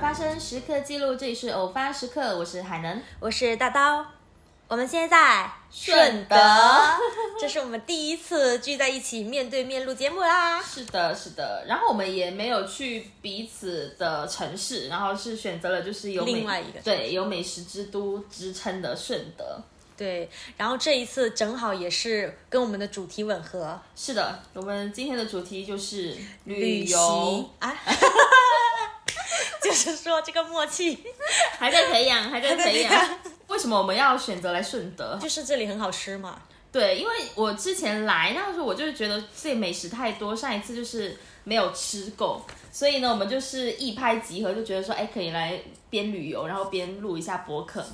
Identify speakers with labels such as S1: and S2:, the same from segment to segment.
S1: 发生，时刻记录，这里是偶发时刻，我是海能。
S2: 我是大刀。我们现在
S1: 顺德
S2: 这是我们第一次聚在一起面对面录节目啦。
S1: 是的，是的。然后我们也没有去彼此的城市，然后是选择了就是有美
S2: 另外一个
S1: 对有美食之都之称的顺德。
S2: 对，然后这一次正好也是跟我们的主题吻合，
S1: 是的，我们今天的主题就是旅
S2: 旅
S1: 游
S2: 行，啊， 就是说这个默契，
S1: 还在培养，还在培
S2: 还在培
S1: 养。为什么我们要选择来顺德？
S2: 就是这里很好吃嘛。
S1: 对，因为我之前来那时候，我就是觉得这里美食太多，上一次就是没有吃够，所以呢，我们就是一拍即合，就觉得说，哎，可以来边旅游，然后边录一下播客。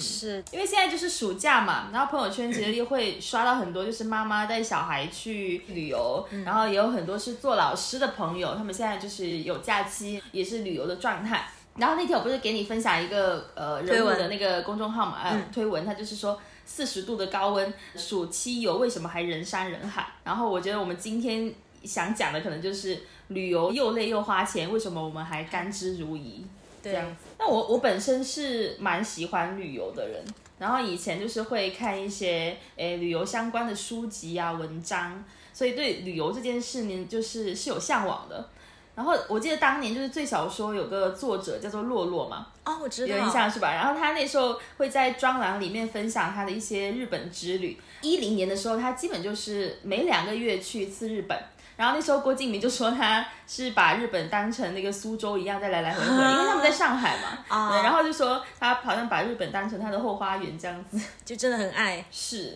S2: 是
S1: 因为现在就是暑假嘛，然后朋友圈其实会刷到很多，就是妈妈带小孩去旅游，然后也有很多是做老师的朋友，他们现在就是有假期，也是旅游的状态。然后那天我不是给你分享一个呃人物
S2: 文
S1: 的那个公众号嘛，呃、推文，他就是说四十度的高温，暑期游为什么还人山人海？然后我觉得我们今天想讲的可能就是旅游又累又花钱，为什么我们还甘之如饴？
S2: 对
S1: 这样子。那我我本身是蛮喜欢旅游的人，然后以前就是会看一些诶、旅游相关的书籍啊、文章，所以对旅游这件事呢，就是是有向往的。然后我记得当年就是最小说有个作者叫做洛洛嘛，
S2: 哦，我知道，
S1: 有印象是吧？然后他那时候会在专栏里面分享他的一些日本之旅。一零年的时候，他基本就是每两个月去一次日本。然后那时候郭敬明就说他是把日本当成那个苏州一样再来来回回，因为他们在上海嘛。
S2: 啊
S1: 对，然后就说他好像把日本当成他的后花园这样子。
S2: 就真的很爱。
S1: 是，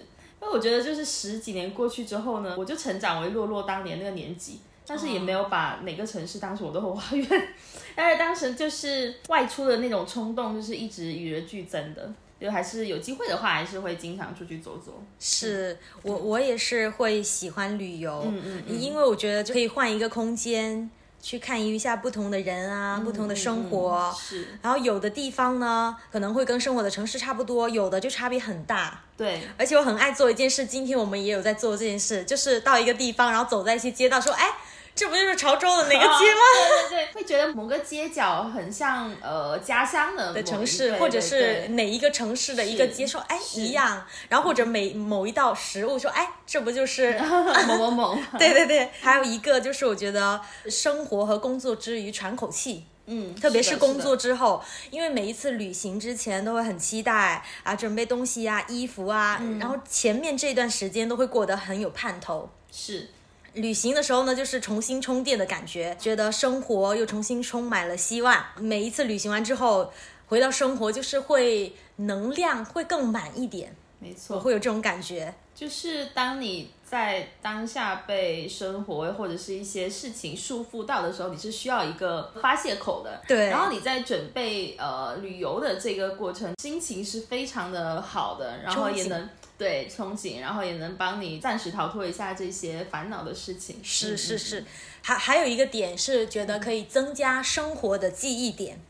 S1: 因为我觉得就是十几年过去之后呢，我就成长为洛洛当年那个年纪，但是也没有把哪个城市当成我的后花园， 但是当时就是外出的那种冲动，就是一直与日俱增的。就还是有机会的话，还是会经常出去走走。
S2: 是我我也是会喜欢旅游，
S1: 嗯嗯
S2: 因为我觉得就可以换一个空间去看一下不同的人啊，
S1: 嗯
S2: 不同的生活。
S1: 是
S2: 然后有的地方呢，可能会跟生活的城市差不多，有的就差别很大。
S1: 对，
S2: 而且我很爱做一件事，今天我们也有在做这件事，就是到一个地方，然后走在一些街道，说，哎，这不就是潮州的哪个
S1: 啊
S2: 街吗？
S1: 对对对，会觉得某个街角很像呃家乡的
S2: 的
S1: 某
S2: 城
S1: 一
S2: 市，
S1: 对
S2: 或
S1: 对
S2: 者是
S1: 对
S2: 哪一个城市的一个
S1: 是
S2: 街，说，哎，
S1: 是嗯
S2: 一样。然后或者每某一道食物，说，哎，这不就是
S1: 某某某，
S2: 对对对，还有一个就是我觉得生活和工作之余喘口气。
S1: 嗯，
S2: 特别
S1: 是
S2: 是
S1: 的
S2: 工
S1: 的
S2: 作之后，因为每一次旅行之前都会很期待啊，准备东西啊、衣服啊，
S1: 嗯
S2: 然后前面这段时间都会过得很有盼头。
S1: 是
S2: 旅行的时候呢，就是重新充电的感觉，觉得生活又重新充满了希望。每一次旅行完之后，回到生活就是会能量会更满一点，
S1: 没错，
S2: 会有这种感觉。
S1: 就是当你在当下被生活或者是一些事情束缚到的时候，你是需要一个发泄口的。
S2: 对
S1: 然后你在准备呃旅游的这个过程，心情是非常的好的，然后
S2: 憧憬
S1: 也能对憧憬，然后也能帮你暂时逃脱一下这些烦恼的事情。
S2: 是
S1: 嗯
S2: 是是，还还有一个点是觉得可以增加生活的记忆点，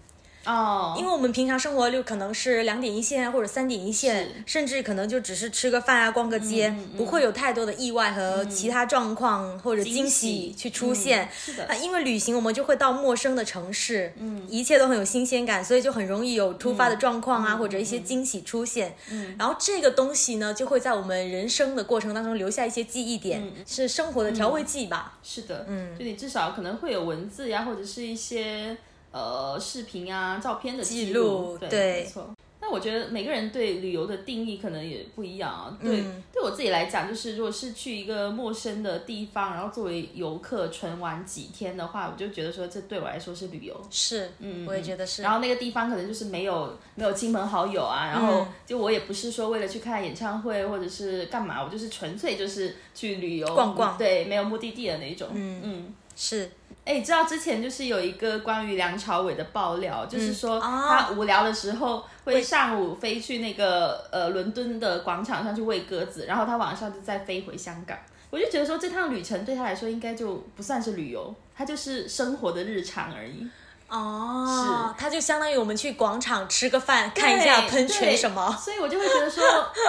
S1: 哦，
S2: 因为我们平常生活就可能是两点一线或者三点一线，甚至可能就只是吃个饭啊、逛个街，
S1: 嗯
S2: 不会有太多的意外和其他状况或者惊喜
S1: 喜
S2: 去出现。
S1: 嗯是的
S2: 啊，因为旅行我们就会到陌生的城市，嗯，一切都很有新鲜感，所以就很容易有突发
S1: 嗯
S2: 的状况啊，或者一些惊喜出现。嗯，然后这个东西呢，就会在我们人生的过程当中留下一些记忆点，是生活的调味剂吧。
S1: 是的，嗯，就你至少可能会有文字呀，或者是一些呃视频啊、照片的记
S2: 记录
S1: 对，
S2: 对
S1: 没错。那我觉得每个人对旅游的定义可能也不一样啊。对，对我自己来讲，就是如果是去一个陌生的地方，然后作为游客纯玩几天的话，我就觉得说这对我来说是旅游。
S2: 是，嗯，我也觉得是。
S1: 然后那个地方可能就是没有没有亲朋好友啊，然后就我也不是说为了去看演唱会或者是干嘛，我就是纯粹就是去旅游
S2: 逛逛
S1: 对，没有目的地的那种。嗯嗯。
S2: 是
S1: 哎，你知道之前就是有一个关于梁朝伟的爆料，就是说
S2: 啊
S1: 他无聊的时候会上午飞去那个呃伦敦的广场上去喂鸽子，然后他晚上就再飞回香港。我就觉得说这趟旅程对他来说应该就不算是旅游，他就是生活的日常而已。
S2: 哦，它就相当于我们去广场吃个饭，看一下
S1: 对
S2: 喷泉
S1: 对
S2: 什 么。
S1: 所以我就会觉得说，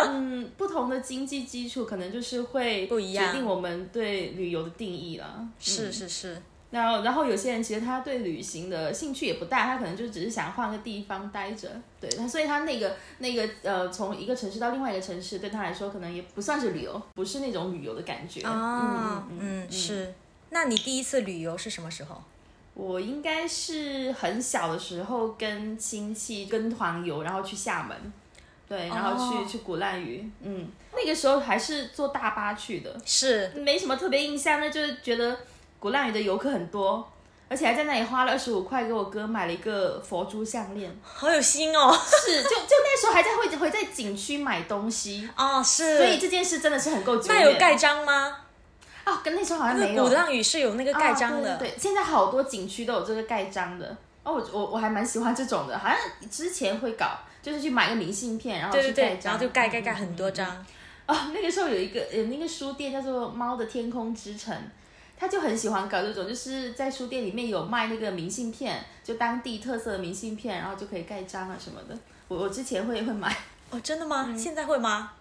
S1: 嗯，不同的经济基础可能就是会
S2: 不一样
S1: 决定我们对旅游的定义啦。
S2: 是是是，
S1: 然后，然后有些人其实他对旅行的兴趣也不大，他可能就只是想换个地方待着，对他，所以他那个那个呃，从一个城市到另外一个城市，对他来说可能也不算是旅游，不是那种旅游的感觉。
S2: 啊，
S1: 嗯嗯嗯，
S2: 嗯是。那你第一次旅游是什么时候？
S1: 我应该是很小的时候跟亲戚跟团游，然后去厦门，对，然后去、
S2: 哦
S1: 去鼓浪屿，嗯，那个时候还是坐大巴去的，
S2: 是
S1: 没什么特别印象，那就是觉得鼓浪屿的游客很多，而且还在那里花了二十五块给我哥买了一个佛珠项链，
S2: 好有心哦。
S1: 是就就那时候还在会会在景区买东西，
S2: 哦，是。
S1: 所以这件事真的是很够久
S2: 那
S1: 远。
S2: 有盖章吗？
S1: 啊，跟那时候好像
S2: 那
S1: 没
S2: 个
S1: 有
S2: 鼓浪屿是有那个盖章的。
S1: 啊对对对，现在好多景区都有这个盖章的。哦，我我我还蛮喜欢这种的，好像之前会搞，就是去买个明信片，然后
S2: 对
S1: 去
S2: 对
S1: 盖
S2: 对，
S1: 章，
S2: 然后就盖盖盖很多章。
S1: 哦，那个时候有一个有那个书店叫做《猫的天空之城》，他就很喜欢搞这种，就是在书店里面有卖那个明信片，就当地特色的明信片，然后就可以盖章啊什么的。我我之前会会买，
S2: 哦，真的
S1: 嗯
S2: 吗？现在会吗？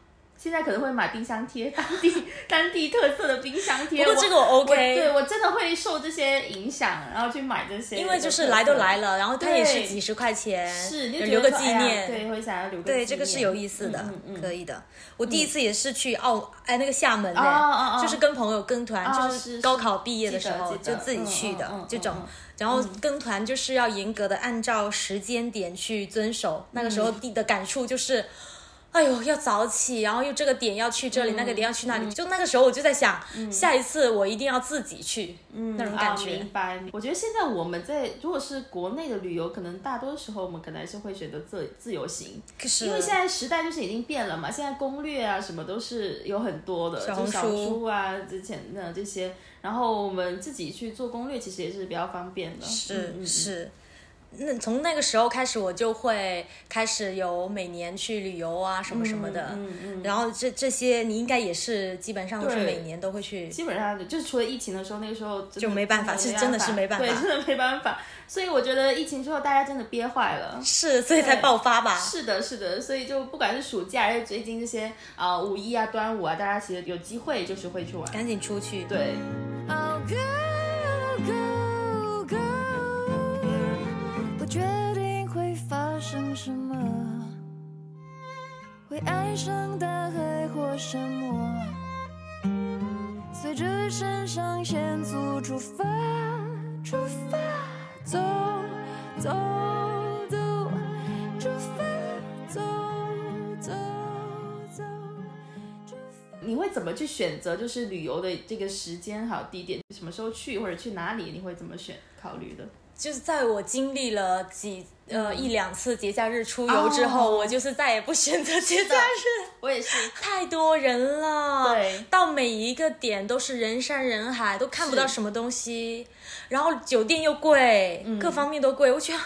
S1: 现在可能会买冰箱贴， 当地当地特色的冰箱贴。
S2: 不过
S1: 我
S2: 这个我
S1: 我对
S2: OK，
S1: 我真的会受这些影响，然后去买这些，
S2: 因为就是来都来
S1: 了，
S2: 了，然后它
S1: 对
S2: 也是几十块钱，
S1: 是你就觉
S2: 留
S1: 得说
S2: 个纪
S1: 哎呀
S2: 念。
S1: 对，会想要留个纪
S2: 对，
S1: 念，
S2: 这个是有意思的，
S1: 嗯嗯嗯
S2: 可以的。我第一次也是去澳，哎，那个厦门嘞，
S1: 哦哦哦
S2: 就是跟朋友跟团，
S1: 哦
S2: 就是高考毕业的时
S1: 记
S2: 候
S1: 得记
S2: 就
S1: 得
S2: 自己去的、
S1: 嗯嗯嗯
S2: 这种。
S1: 嗯嗯
S2: 然后跟团就是要严格的按照时间点去遵守。那个时
S1: 嗯
S2: 候地的感触就是。哎呦，要早起，然后又这个点要去这里，那个
S1: 嗯
S2: 点要去那里。就那个时候我就在想，下一次我一定要自己去，那种感
S1: 啊
S2: 觉
S1: 嗯明。白。我觉得现在我们在如果是国内的旅游，可能大多时候我们可能还是会选择自自由行，
S2: 可是
S1: 因为现在时代就是已经变了嘛，现在攻略啊什么都是有很多的，
S2: 小
S1: 就
S2: 红
S1: 小
S2: 书
S1: 红书啊之前的这些，然后我们自己去做攻略，其实也是比较方便的。嗯
S2: 是是。那从那个时候开始，我就会开始有每年去旅游啊，什么什么的。
S1: 嗯嗯
S2: 然后这这些你应该也是基本上都是
S1: 对
S2: 每年都会去。
S1: 基本上就是除了疫情的时候，那个时候就
S2: 没办法是真的是没办法
S1: 对，真的没办法。所以我觉得疫情之后大家真的憋坏了，
S2: 是，所以才
S1: 对
S2: 爆发吧。
S1: 是的，是的，所以就不管是暑假还是最近这些啊、五一啊、端午啊，大家其实有机会就是会去玩。
S2: 赶紧出去。
S1: 对，
S3: Oh, go, go, go！我决定会发生什么，会爱上大海或沙漠，随着肾上腺素出发，出发，走，走，走，出发，走，走，走，出发。
S1: 你会怎么去选择就是旅游的这个时间还有地点，什么时候去或者去哪里，你会怎么选考虑的？
S2: 就是在我经历了几呃一两次节假日出游之后，
S1: 嗯哦
S2: 我就是再也不选择节假日，
S1: 我也是，
S2: 太多人了。
S1: 对
S2: 到每一个点都是人山人海，都看不到
S1: 是
S2: 什么东西，然后酒店又贵，
S1: 嗯
S2: 各方面都贵，我觉得。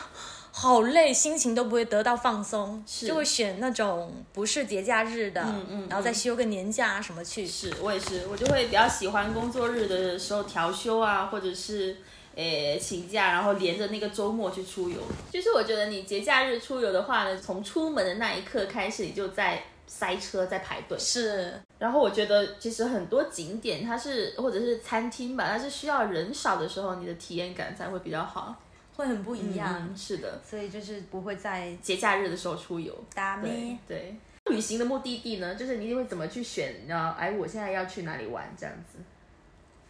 S2: 好累，心情都不会得到放松，
S1: 是
S2: 就会选那种不是节假日的，
S1: 嗯嗯
S2: 然后再休个年假啊什么去。
S1: 是我也是，我就会比较喜欢工作日的时候调休啊，或者是呃请假，然后连着那个周末去出游。就是我觉得你节假日出游的话呢，从出门的那一刻开始，你就在塞车，在排队。
S2: 是，
S1: 然后我觉得其实很多景点它是或者是餐厅吧，它是需要人少的时候，你的体验感才会比较好。
S2: 会很不一样，
S1: 嗯，是的，
S2: 所以就是不会再
S1: 节假日的时候出游。
S2: 搭
S1: 对
S2: 咩。
S1: 对，旅行的目的地呢，就是你会怎么去选呢？哎，我现在要去哪里玩这样子？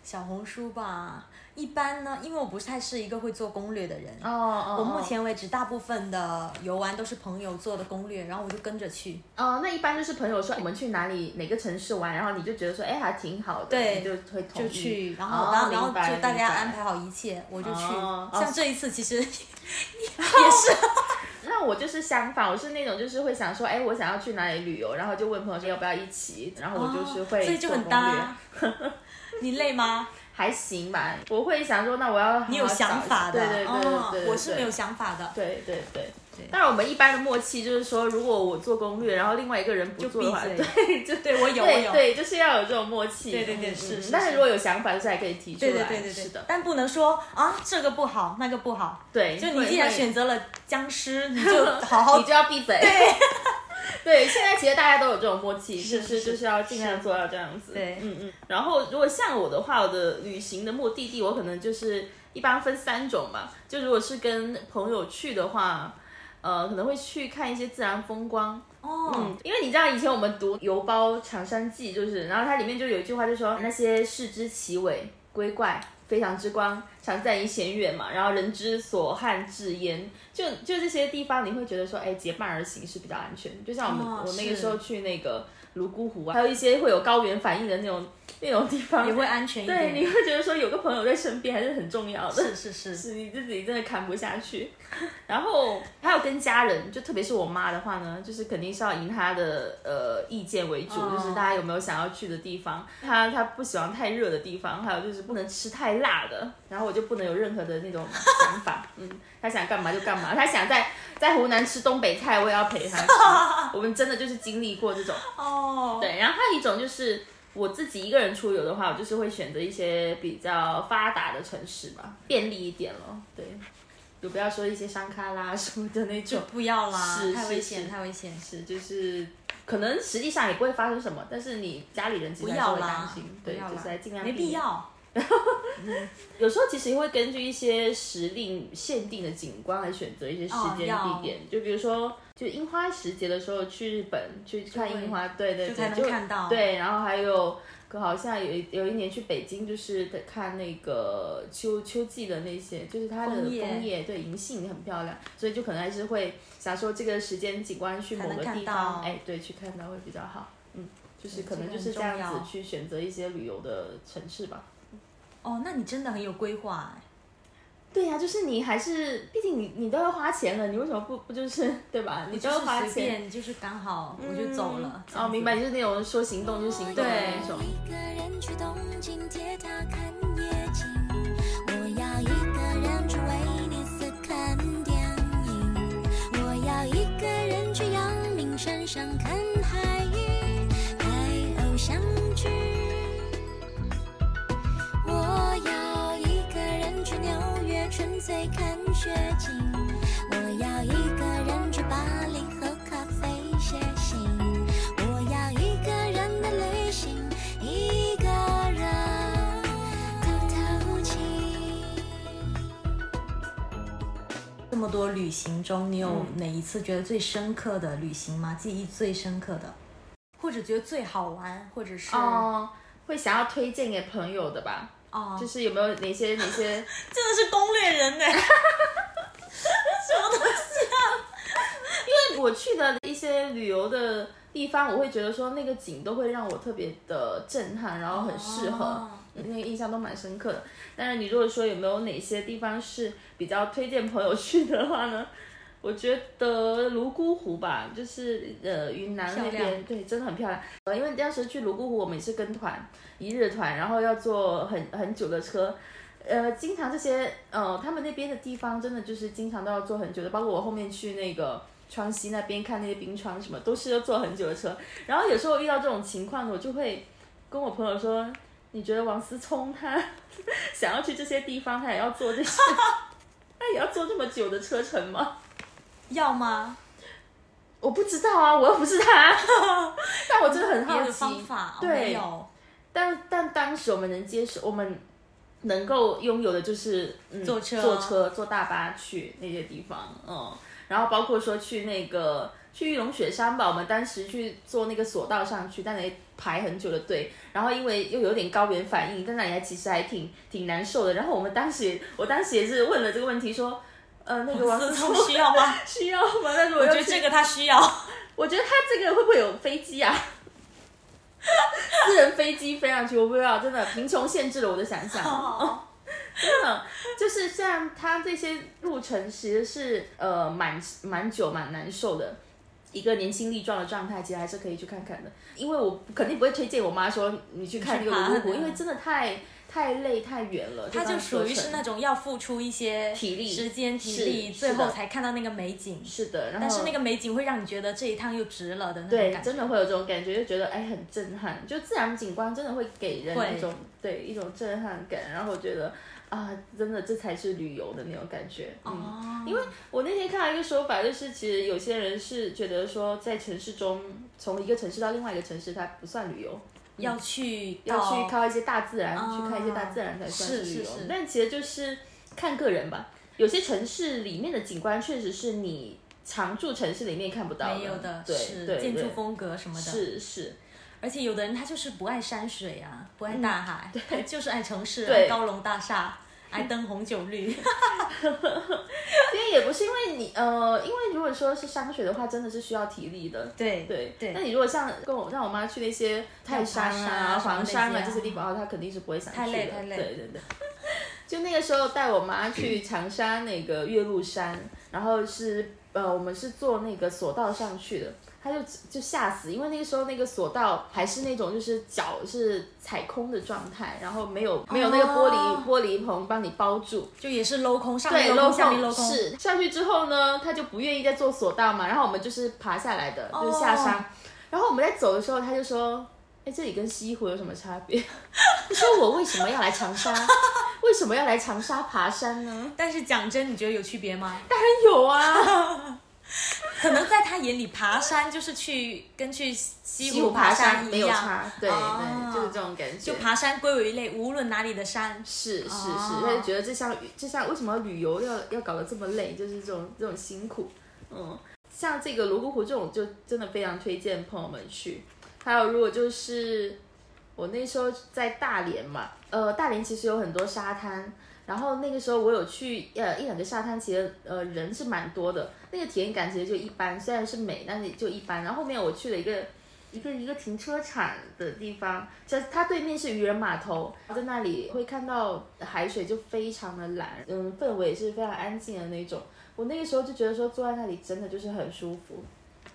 S2: 小红书吧。一般呢，因为我不太是一个会做攻略的人。
S1: 哦哦，
S2: 我目前为止，大部分的游玩都是朋友做的攻略，然后我就跟着去。
S1: 哦，那一般就是朋友说我们去哪里哪个城市玩，然后你就觉得说，哎，还挺好的，
S2: 对
S1: 你就会同意
S2: 就去，然
S1: 哦
S2: 后然后然后
S1: 明白
S2: 就大家
S1: 明白
S2: 安排好一切，我就去
S1: 哦。哦
S2: 像这一次其 实也是，
S1: 那我就是相反，我是那种就是会想说，哎，我想要去哪里旅游，然后就问朋友说要不要一起，然后我就是会、
S2: 哦所以就 很搭。。你累吗？
S1: 还行吧，我会想说，那我要
S2: 你
S1: 你
S2: 有想法的，
S1: 对对对对
S2: 哦
S1: 对对
S2: 我是没有
S1: 对
S2: 想法的。
S1: 对对对。当然，我们一般的默契就是说，如果我做攻略，然后另外一个人不做的话，
S2: 闭嘴
S1: 对，就
S2: 对我有我
S1: 对
S2: 有
S1: 对，就是要有这种默契。
S2: 对对对
S1: 嗯
S2: 是
S1: 嗯
S2: 是
S1: 但
S2: 是
S1: 是如果有想法，就是还可以提出来。
S2: 对对对对对，
S1: 是的，
S2: 但不能说啊这个不好那个不好，
S1: 对。
S2: 就你
S1: 会
S2: 既然
S1: 会
S2: 选择了僵尸，你就好好
S1: 你就要闭嘴。 对，现在其实大家都有这种默契，就是是
S2: 是
S1: 就是要尽量做到这样子。
S2: 对
S1: 嗯嗯。然后如果像我的话，我的旅行的目的地，我可能就是一般分三种吧。就如果是跟朋友去的话，呃，可能会去看一些自然风光。
S2: 哦，
S1: 因为你知道以前我们读《邮包长山记》，就是，然后它里面就有一句话，就说那些视之其伟，归怪。非常之光，常在于险远嘛，然后人之所憾至焉。就就这些地方，你会觉得说，哎，结伴而行是比较安全。就像我们、
S2: 哦
S1: 我那个
S2: 是
S1: 时候去那个泸沽湖啊，还有一些会有高原反应的那种那种地方，
S2: 也会安全一
S1: 对，
S2: 点。
S1: 你会觉得说有个朋友在身边还是很重要的。
S2: 是是是，
S1: 是你自己真的扛不下去。 然后还有跟家人，就特别是我妈的话呢，就是肯定是要以她的呃意见为主，
S2: 哦
S1: 就是大家有没有想要去的地方，她她不喜欢太热的地方，还有就是不能吃太辣的，然后我就不能有任何的那种想法， 嗯，她想干嘛就干嘛，她想在在湖南吃东北菜，我也要陪她吃。我们真的就是经历过这种，
S2: 哦，
S1: 对，然后还有一种就是我自己一个人出游的话，我就是会选择一些比较发达的城市吧，便利一点咯。对，就不要说一些山卡拉什么的那 种，
S2: 不要啦
S1: 是，
S2: 太危
S1: 是
S2: 险，
S1: 是
S2: 太危险。
S1: 是就是可能实际上也不会发生什么，但是你家里人其
S2: 不
S1: 实还是
S2: 要
S1: 会担
S2: 啦
S1: 心，，
S2: 不
S1: 对，
S2: 要
S1: 就
S2: 啦
S1: 是来尽量
S2: 没
S1: 避
S2: 必
S1: 免。
S2: 要。
S1: 有时候其实会根据一些时令限定的景观来选择一些时间
S2: 哦
S1: 地点，就比如说，就樱花时节的时候去日本去看樱花，对对
S2: 就
S1: 对，
S2: 才能看到
S1: 对，然后还有，可好像有一有一年去北京，就是在看那个秋秋季的那些，就是它的
S2: 枫
S1: 枫
S2: 叶
S1: 叶，对，银杏很漂亮，所以就可能还是会想说这个时间景观去某
S2: 才
S1: 个
S2: 能看
S1: 地方，
S2: 到
S1: 哎，对，去看到会比较好，嗯，就是可能
S2: 这个
S1: 就是
S2: 很
S1: 这
S2: 重
S1: 样
S2: 要
S1: 子去选择一些旅游的城市吧。
S2: 哦，那你真的很有规划哎。
S1: 对呀、就是你还是，毕竟你你都要花钱了，你为什么不不就是对吧？你都要花
S2: 就是随
S1: 钱，
S2: 便，就是刚好我就走了。这样
S1: 哦，
S2: 子
S1: 明白，。就是那种说行动就行动的
S2: 对
S1: 那种。
S4: 一个人去东京铁塔看夜景，我要一个人去威尼斯看电影，我要一个人去阳明山上看海鹰，海鸥相聚。我要一个人去纽约纯粹看雪景，我要一个人去巴黎喝咖啡写信，我要一个人的旅行，一个人透透气。
S2: 这么多旅行中，你有
S1: 嗯
S2: 哪一次觉得最深刻的旅行吗？记忆最深刻的，或者觉得最好玩，或者是
S1: 哦，会想要推荐给朋友的吧？
S2: 哦
S1: 就是有没有哪些哪些？
S2: 真的是攻略人哎呢。 什么东西啊？
S1: 因为我去的一些旅游的地方，我会觉得说那个景都会让我特别的震撼，然后很适合。
S2: 哦
S1: 那个印象都蛮深刻的，但是你如果说有没有哪些地方是比较推荐朋友去的话呢？ 我觉得泸沽湖吧，就是呃云南那
S2: 漂
S1: 边，对，真的很漂亮。呃，因为当时去泸沽湖，我们也是跟团一日团，然后要坐很很久的车，呃，经常这些呃他们那边的地方真的就是经常都要坐很久的，包括我后面去那个川西那边看那些冰川什么，都是要坐很久的车。然后有时候遇到这种情况，我就会跟我朋友说，你觉得王思聪他想要去这些地方，他也要坐这 些，他也要坐这么久的车程吗？
S2: 要吗？
S1: 我不知道啊，我又不是 他，但我真的很
S2: 别
S1: 好
S2: 的方
S1: 奇。
S2: 法
S1: 对
S2: 没有
S1: 但但当时我们能接受，我们能够拥有的就是、嗯、
S2: 坐车
S1: 坐车、坐大巴去那些地方，嗯，然后包括说去那个去玉龙雪山吧，我们当时去坐那个索道上去，但得排很久的队，然后因为又有点高原反应，在那里还其实还挺挺难受的。然后我们当时也，我当时也是问了这个问题，说，呃，那个王
S2: 王
S1: 思
S2: 思
S1: 聪
S2: 聪需要吗？
S1: 需要吗？但 是我
S2: 我
S1: 又
S2: 觉得
S1: 去
S2: 这个他 需要。
S1: 我觉得他这个会不会有飞机啊？ 私人飞机飞上去，我不知道，真的贫穷限制了我的想
S2: 哦
S1: 象。真的，就是虽然他这些路程其实是呃蛮蛮久蛮难受的，一个年轻力壮的状态，其实还是可以去看看的。因为我肯定不会推荐我妈说你去看这个泸沽
S2: 你去啊
S1: 湖，
S2: 爬
S1: 因为真的太太累太远了，
S2: 它就属于
S1: 这
S2: 是
S1: 趟
S2: 那
S1: 车程
S2: 种要付出一些
S1: 体力
S2: 时间、体
S1: 是
S2: 力，
S1: 是
S2: 最后
S1: 的
S2: 才看到那个美景。
S1: 是的，然后
S2: 但是那个美景会让你觉得这一趟又值了的那种
S1: 嗯对
S2: 感觉。
S1: 真的会有这种感觉，就觉得哎很震撼，就自然景观真的会给人
S2: 会
S1: 一种对一种震撼感，然后我觉得啊真的这才是旅游的那种感觉，嗯。
S2: 哦，
S1: 因为我那天看到一个说法，就是其实有些人是觉得说，在城市中从一个城市到另外一个城市，它不算旅游，
S2: 要去
S1: 要去
S2: 到
S1: 靠一些大自然，
S2: 哦
S1: 去看一些大自然才算
S2: 是
S1: 旅游。
S2: 是是
S1: 但其实就是看个人吧，有些城市里面的景观确实是你常住城市里面看不到
S2: 没有的，
S1: 对
S2: 是
S1: 嗯对
S2: 建筑
S1: 对
S2: 风格什么的。
S1: 是是，
S2: 而且有的人他就是不爱山水啊，不爱大海，他 就是爱城市、
S1: 嗯对
S2: 爱高楼大厦、爱灯红酒 绿。
S1: 因为也不是因为你呃，因为如果说是山水的话，真的是需要体力的，
S2: 对
S1: 对
S2: 对
S1: 那你如果像跟我让我妈去那些泰山啊、
S2: 要爬山啊
S1: 黄山
S2: 什么那
S1: 啊
S2: 些啊
S1: 这些地方，哦她肯定是不会想去的。
S2: 太累太累
S1: 对对对。就那个时候带我妈去长沙那个岳麓山，然后是呃我们是坐那个索道上去的，她就就吓死，因为那个时候那个索道还是那种就是脚是踩空的状态，然后没有没有那个玻璃、
S2: 哦
S1: 玻璃棚帮你包住，
S2: 就也是镂空，上
S1: 对，
S2: 面镂空，下面镂空。
S1: 哎是上去之后呢，他就不愿意再做索道嘛，然后我们就是爬下来的，就是下山。
S2: 哦
S1: 然后我们在走的时候，他就说：“哎，这里跟西湖有什么差别？” 你说我为什么要来长 沙？为什么要来长沙爬山呢？
S2: 但是讲真，你觉得有区别吗？
S1: 当然有啊，
S2: 可能在他眼里，爬山就是去跟去 西
S1: 西湖
S2: 爬
S1: 爬山没
S2: 一
S1: 有
S2: 样，
S1: 差，对、
S2: 哦
S1: 对，就是这种感觉。
S2: 就爬山归为一类，无论哪里的山。
S1: 是是是，
S2: 哦
S1: 他就觉得这项这项为什么旅游要要搞得这么累，就是这种这种辛苦，嗯，像这个泸沽湖这种就真的非常推荐朋友们去。还有如果就是我那时候在大连嘛，呃，大连其实有很多沙滩，然后那个时候我有去呃一两个沙滩，其实呃人是蛮多的，那个体验感其实就一般，虽然是美，但是就一般。然后后面我去了一个一个一个停车场的地方，就是它对面是渔人码头，在那里会看到海水就非常的蓝，嗯，氛围也是非常安静的那种。我那个时候就觉得说坐在那里真的就是很舒服，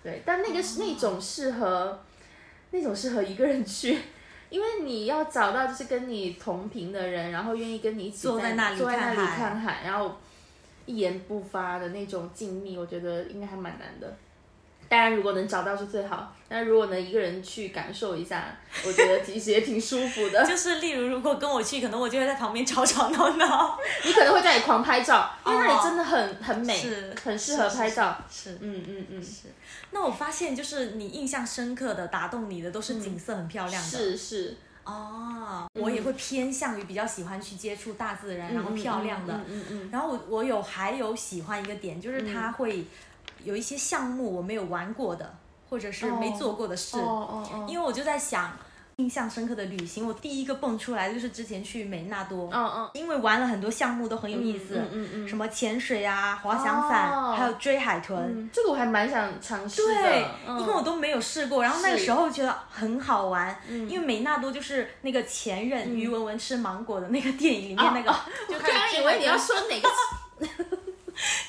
S1: 对，但
S2: 哦
S1: 那个是那种适合那种适合一个人去。 因为你要找到就是跟你同频的人，然后愿意跟你一起
S2: 坐在那里
S1: 坐在那
S2: 看
S1: 里
S2: 海
S1: 看海，然后一言不发的那种静谧，我觉得应该还蛮难的。当然，如果能找到是最好。但如果能一个人去感受一下， 我觉得其实也挺舒服的。
S2: 就是例如，如果跟我去，可能我就会在旁边吵吵闹 闹。
S1: 你可能会在那里狂拍照，因为那里
S2: 哦
S1: 真的很很美
S2: 是，
S1: 很适合
S2: 是
S1: 拍照。
S2: 是，
S1: 嗯嗯嗯，
S2: 那我发现就是你印象深刻的、打动你的，都是景色很漂亮的。
S1: 是是，
S2: 哦，我也会偏向于比较喜欢去接触大自然，然后
S1: 嗯
S2: 漂亮的。
S1: 嗯嗯嗯嗯
S2: 然后我我有还有喜欢一个点，就是它会有一些项目我没有玩过的，或者是没
S1: 哦
S2: 做过的事。
S1: 嗯，哦哦哦，
S2: 因为我就在想，印象深刻的旅行，我第一个蹦出来就是之前去美纳多，
S1: 嗯嗯，
S2: 因为玩了很多项目都很有意思，
S1: 嗯嗯嗯嗯
S2: 什么潜水啊、滑翔伞，
S1: 哦
S2: 还有追海豚。
S1: 嗯这个我还蛮想尝试的，
S2: 对，
S1: 嗯
S2: 因为我都没有试过，然后那个
S1: 是嗯
S2: 时候觉得很好玩，因为美纳多就是那个前任于文文吃芒果的那个电影里面那个， 就
S1: 哦我
S2: 开
S1: 刚刚啊
S2: 始追
S1: 以
S2: 海
S1: 为你要
S2: 豚
S1: 说哪个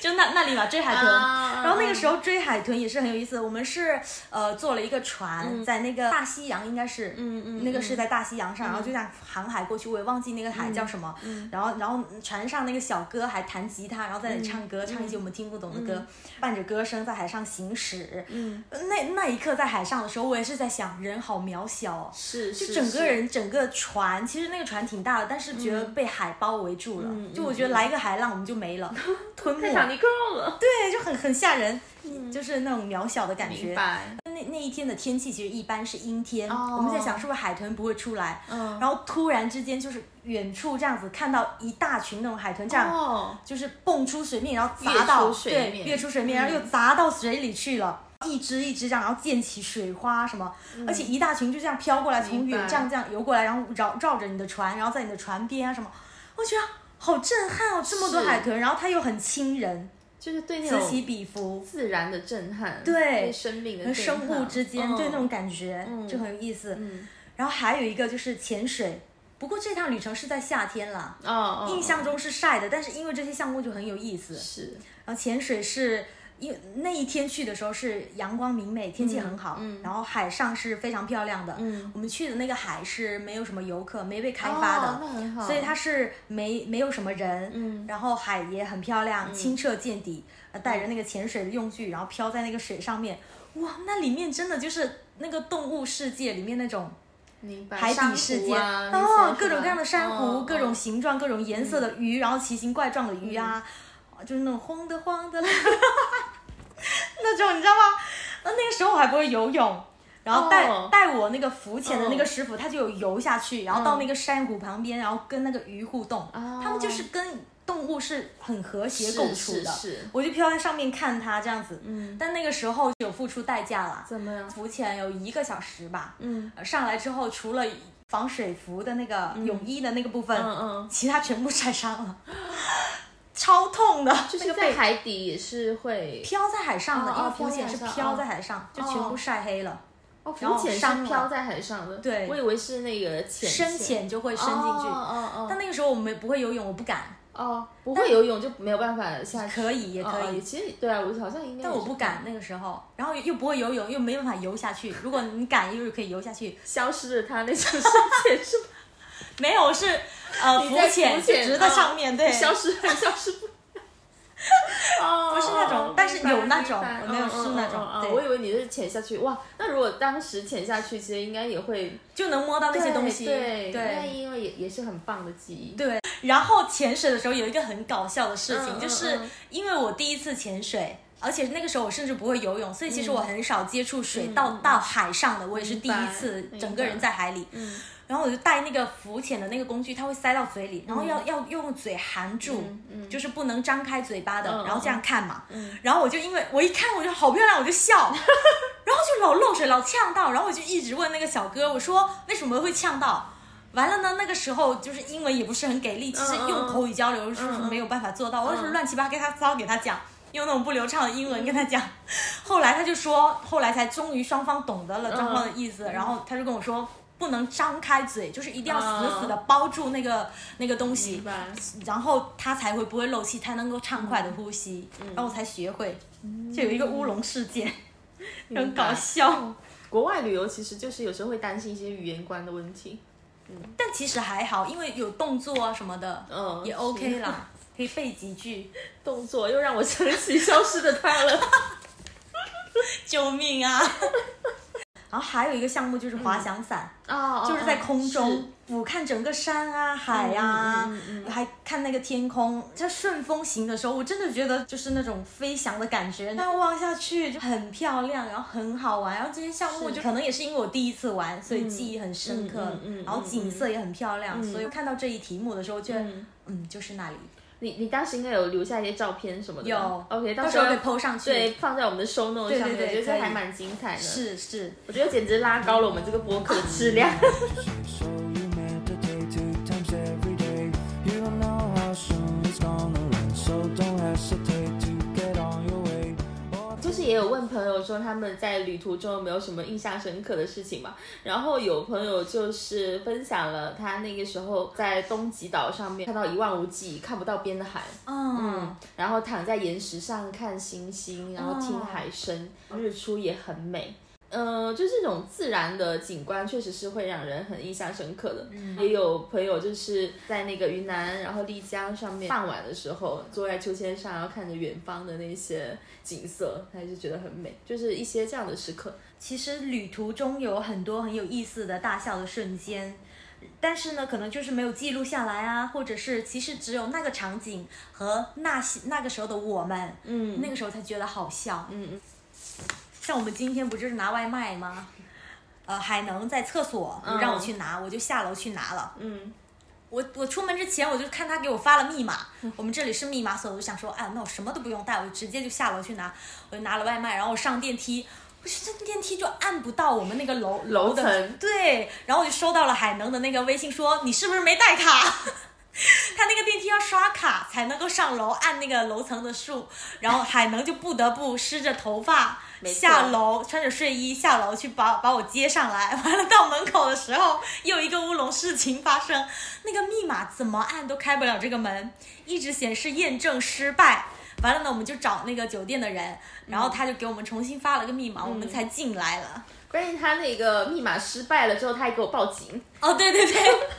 S2: 就那那里嘛追海豚，
S1: 啊
S2: 然后那个时候追海豚也是很有意思，我们是呃坐了一个船、在那个大西洋，应该是
S1: 嗯嗯
S2: 那个是在大西洋上，然后就这样航海过去，我也忘记那个海
S1: 嗯
S2: 叫什么，然后然后船上那个小哥还弹吉他，然后在那里唱
S1: 嗯
S2: 歌，唱一些我们听不懂的歌，伴着歌声在海上行驶，嗯，那那一刻在海上的时候，我也是在想人好渺小哦，
S1: 是
S2: 就是整个
S1: 是嗯
S2: 人整个船，其实那个船挺大的，但是觉得被海包围住了，就我觉得来一个海浪我们就没了，吞
S1: 泰
S2: 没了
S1: 坦。尼克号了，
S2: 对，就很很吓人，
S1: 嗯
S2: 就是那种渺小的感
S1: 明
S2: 觉。
S1: 白，
S2: 那那一天的天气其实一般是阴天，
S1: 哦
S2: 我们在想是不是海豚不会出来，
S1: 嗯
S2: 然后突然之间就是远处这样子看到一大群那种海豚这样，
S1: 哦，
S2: 就是蹦出水面，然后
S1: 跃
S2: 砸
S1: 出
S2: 到
S1: 水
S2: 对
S1: 面嗯
S2: 跃出水面，然后又砸到水里去了。一只一只这样，然后溅起水花什么，
S1: 嗯
S2: 而且一大群就这样飘过来，从
S1: 明白
S2: 远这样这样游过来，然后绕绕着你的船，然后在你的船边啊什么，我觉得好震撼哦，这么多
S1: 是
S2: 海豚，然后它又很亲人，
S1: 就是对那
S2: 此起
S1: 种
S2: 彼伏，
S1: 自然的震撼，
S2: 对
S1: 生命的
S2: 和
S1: 震
S2: 生物
S1: 撼
S2: 之间
S1: 嗯
S2: 对那种感觉就很有意思。
S1: 嗯
S2: 然后还有一个就是潜水，不过这趟旅程是在夏天啦，
S1: 哦，哦
S2: 印象中是晒的，但是因为这些项目就很有意思。呃
S1: 是
S2: 然后潜水是因为那一天去的时候是阳光明媚，天气很好，然后海上是非常漂亮的。
S1: 嗯
S2: 我们去的那个海是没有什么游客，没被开发的，
S1: 哦那很好
S2: 所以它是没没有什么人，
S1: 嗯
S2: 然后海也很漂亮，清澈见底，呃带着那个潜水的用具，然后飘在那个水上面，哇，那里面真的就是那个动物世界里面那种
S1: 明白
S2: 海底世界
S1: 啊，
S2: 哦，各种各样的珊瑚，各种
S1: 形
S2: 形状、各种颜色
S1: 嗯
S2: 的鱼，然后奇形怪状的鱼啊，啊就是那种晃的晃的啦， 那种你知道吗？那那个时候我还不会游泳。然后带、
S1: 哦
S2: 带我那个浮潜的那个
S1: 嗯
S2: 师傅，他就有游下去，然后到那个珊瑚旁边，然后跟那个鱼互动。他们就是跟动物是很和谐共处的。
S1: 哦是是是
S2: 我就飘在上面看它这样子。
S1: 嗯
S2: 但那个时候有付出代价了，
S1: 怎么样？
S2: 浮潜有一个小时吧。
S1: 嗯
S2: 呃上来之后，除了防水服的那个泳衣的那个部分，
S1: 嗯嗯，
S2: 其他全部晒伤了，超痛的，
S1: 就
S2: 那
S1: 是
S2: 个
S1: 在
S2: 被
S1: 海底也是会
S2: 飘在海上的，
S1: 哦
S2: 因为
S1: 哦
S2: 浮潜是
S1: 飘
S2: 飘
S1: 在
S2: 在
S1: 海
S2: 海上，就全部晒黑了，
S1: 哦，
S2: 然
S1: 浮
S2: 后
S1: 潜是
S2: 伤
S1: 飘
S2: 了
S1: 在海上的，
S2: 对
S1: 我以为是那个潜
S2: 深潜就会
S1: 会
S2: 伸进去。
S1: 哦哦
S2: 但那个时候我们不会游泳，我不敢，
S1: 哦，不会游泳就没有办法下去，
S2: 可以也
S1: 哦
S2: 可
S1: 哦
S2: 以，
S1: 其实对啊，我好像应该，
S2: 但我不敢，那个时候，然后又不会游泳，又没办法游下去。如果你敢，又可以游下去。
S1: 消失了它那种深潜是吧？
S2: 没有是呃
S1: 你
S2: 浮
S1: 在
S2: 潜，
S1: 浮
S2: 就
S1: 潜
S2: 只是在上面，
S1: 哦
S2: 对，
S1: 消失了，消失 不。哦，
S2: 不是那种
S1: 哦
S2: 但是
S1: 明白
S2: 有那
S1: 明
S2: 种
S1: 白
S2: 我没有
S1: 嗯
S2: 是
S1: 嗯
S2: 那
S1: 嗯
S2: 种
S1: 嗯
S2: 对
S1: 我以为你是潜下去哇，那如果当时潜下去，其实应该也会
S2: 就能摸到那些东西。
S1: 对，
S2: 对
S1: 那因为也也是很棒的记忆，
S2: 对然后潜水的时候有一个很搞笑的事情，
S1: 嗯嗯
S2: 就是
S1: 嗯
S2: 因为我第一次潜水。而且那个时候我甚至不会游泳，所以其实我很少接触水，
S1: 嗯
S2: 到
S1: 嗯
S2: 到海上的我也是第
S1: 明
S2: 一
S1: 白
S2: 次
S1: 明，
S2: 整个人
S1: 白
S2: 在海里。
S1: 嗯
S2: 然后我就带那个浮潜的那个工具，它会塞到嘴里，然后要、要用嘴含住，
S1: 嗯嗯
S2: 就是不能张开嘴巴的，
S1: 嗯
S2: 然后这样看嘛。
S1: 嗯
S2: 然后我就因为我一看我就好漂亮，我就笑， 然后就老漏水，老呛到，然后我就一直问那个小哥，我说为什么会呛到？完了呢，那个时候就是英文也不是很给力，其实
S1: 嗯嗯
S2: 用口语交流是
S1: 嗯嗯
S2: 没有办法做到，我就是乱七八给他糟给他讲。用那种不流畅的英
S1: 嗯
S2: 文跟他讲，后来他就说，后来才终于双方懂得
S1: 嗯
S2: 了双方的意思，然后他就跟我说，不能张开嘴，就是一定要死死的包住那个、那个东
S1: 嗯
S2: 西
S1: 明，白。嗯
S2: 然后他才会不会漏气，他能够畅快的呼吸，然后我才学会，就有一个乌龙事件，很搞笑。
S1: 国外旅游其实就是有时候会担心一些语言观的问题，
S2: 但其实还好，因为有动作啊什么的，
S1: 嗯
S2: 也
S1: 是
S2: OK 啦，可以背几句。
S1: 动作又让我想起消失的他 了。
S2: 救命啊！ 然后还有一个项目就是滑翔伞，
S1: 哦，
S2: 就是在空
S1: 是
S2: 中俯瞰整个山啊、海啊，
S1: 嗯嗯嗯嗯
S2: 还看那个天空。在顺风行的时候，我真的觉得就是那种飞翔的感觉，那望下去就很漂亮，然后很好玩。然后这些项目
S1: 是
S2: 就可能也是因为我第一次玩，所以记忆很深刻。
S1: 嗯嗯嗯嗯
S2: 然后景色也很漂亮，
S1: 嗯
S2: 所以看到这一题目的时候，觉得
S1: 嗯
S2: 嗯就是那里。
S1: 你你当时应该有留下一些照片什么的吧，
S2: 有
S1: 嗯 OK，
S2: 到时
S1: 时
S2: 候
S1: 候
S2: 可以 po 上去
S1: 对，放在我们的 show note
S2: 对对
S1: 上面，
S2: 对
S1: 我觉得这
S2: 可以
S1: 还蛮精彩的。，
S2: 是是，
S1: 我觉得简直拉高了我们这个播客的质 量。
S5: So you meditate two times every day. You don't know how soon it's gonna rain, so don't hesitate to get on your way. Or
S1: 就是也有问朋友说他们在旅途中有没有什么印象深刻的事情嘛，然后有朋友就是分享了他那个时候在东极岛上面看到一望无际、看不到边的海，
S2: 嗯
S1: 嗯，然后躺在岩石上看星星，然后听海声，日出也很美。呃，就是这种自然的景观，确实是会让人很印象深刻的。也有朋友就是在那个云南，然后丽江上面，傍晚的时候坐在秋千上，然后看着远方的那些景色，他就觉得很美。就是一些这样的时刻，
S2: 其实旅途中有很多很有意思的大笑的瞬间，但是呢，可能就是没有记录下来啊，或者是其实只有那个场景和那些那个时候的我们，
S1: 嗯
S2: 那个时候才觉得好笑。
S1: 嗯嗯，
S2: 像我们今天不就是拿外卖吗？呃，海能在厕所
S1: 嗯
S2: 让我去拿，我就下楼去拿了。
S1: 嗯，
S2: 我我出门之前我就看他给我发了密码，
S1: 嗯
S2: 我们这里是密码锁，我就想说，哎，那我什么都不用带，我直接就下楼去拿，我就拿了外卖，然后我上电梯，我去这电梯就按不到我们那个楼
S1: 楼
S2: 的
S1: 层
S2: 对，然后我就收到了海能的那个微信说，你是不是没带卡？他那个电梯要刷卡才能够上楼，按那个楼层的数，然后海能就不得不湿着头发
S1: 没错
S2: 下楼，穿着睡衣下楼去把把我接上来。 完了到门口的时候，又一个乌龙事情发生，那个密码怎么按都开不了这个门，一直显示验证失败。完了呢，我们就找那个酒店的人，然后他就给我们重新发了个密
S1: 嗯
S2: 码，我们才进来了。
S1: 关键他那个密码失败了之后，他还给我报警，
S2: 哦，对对对，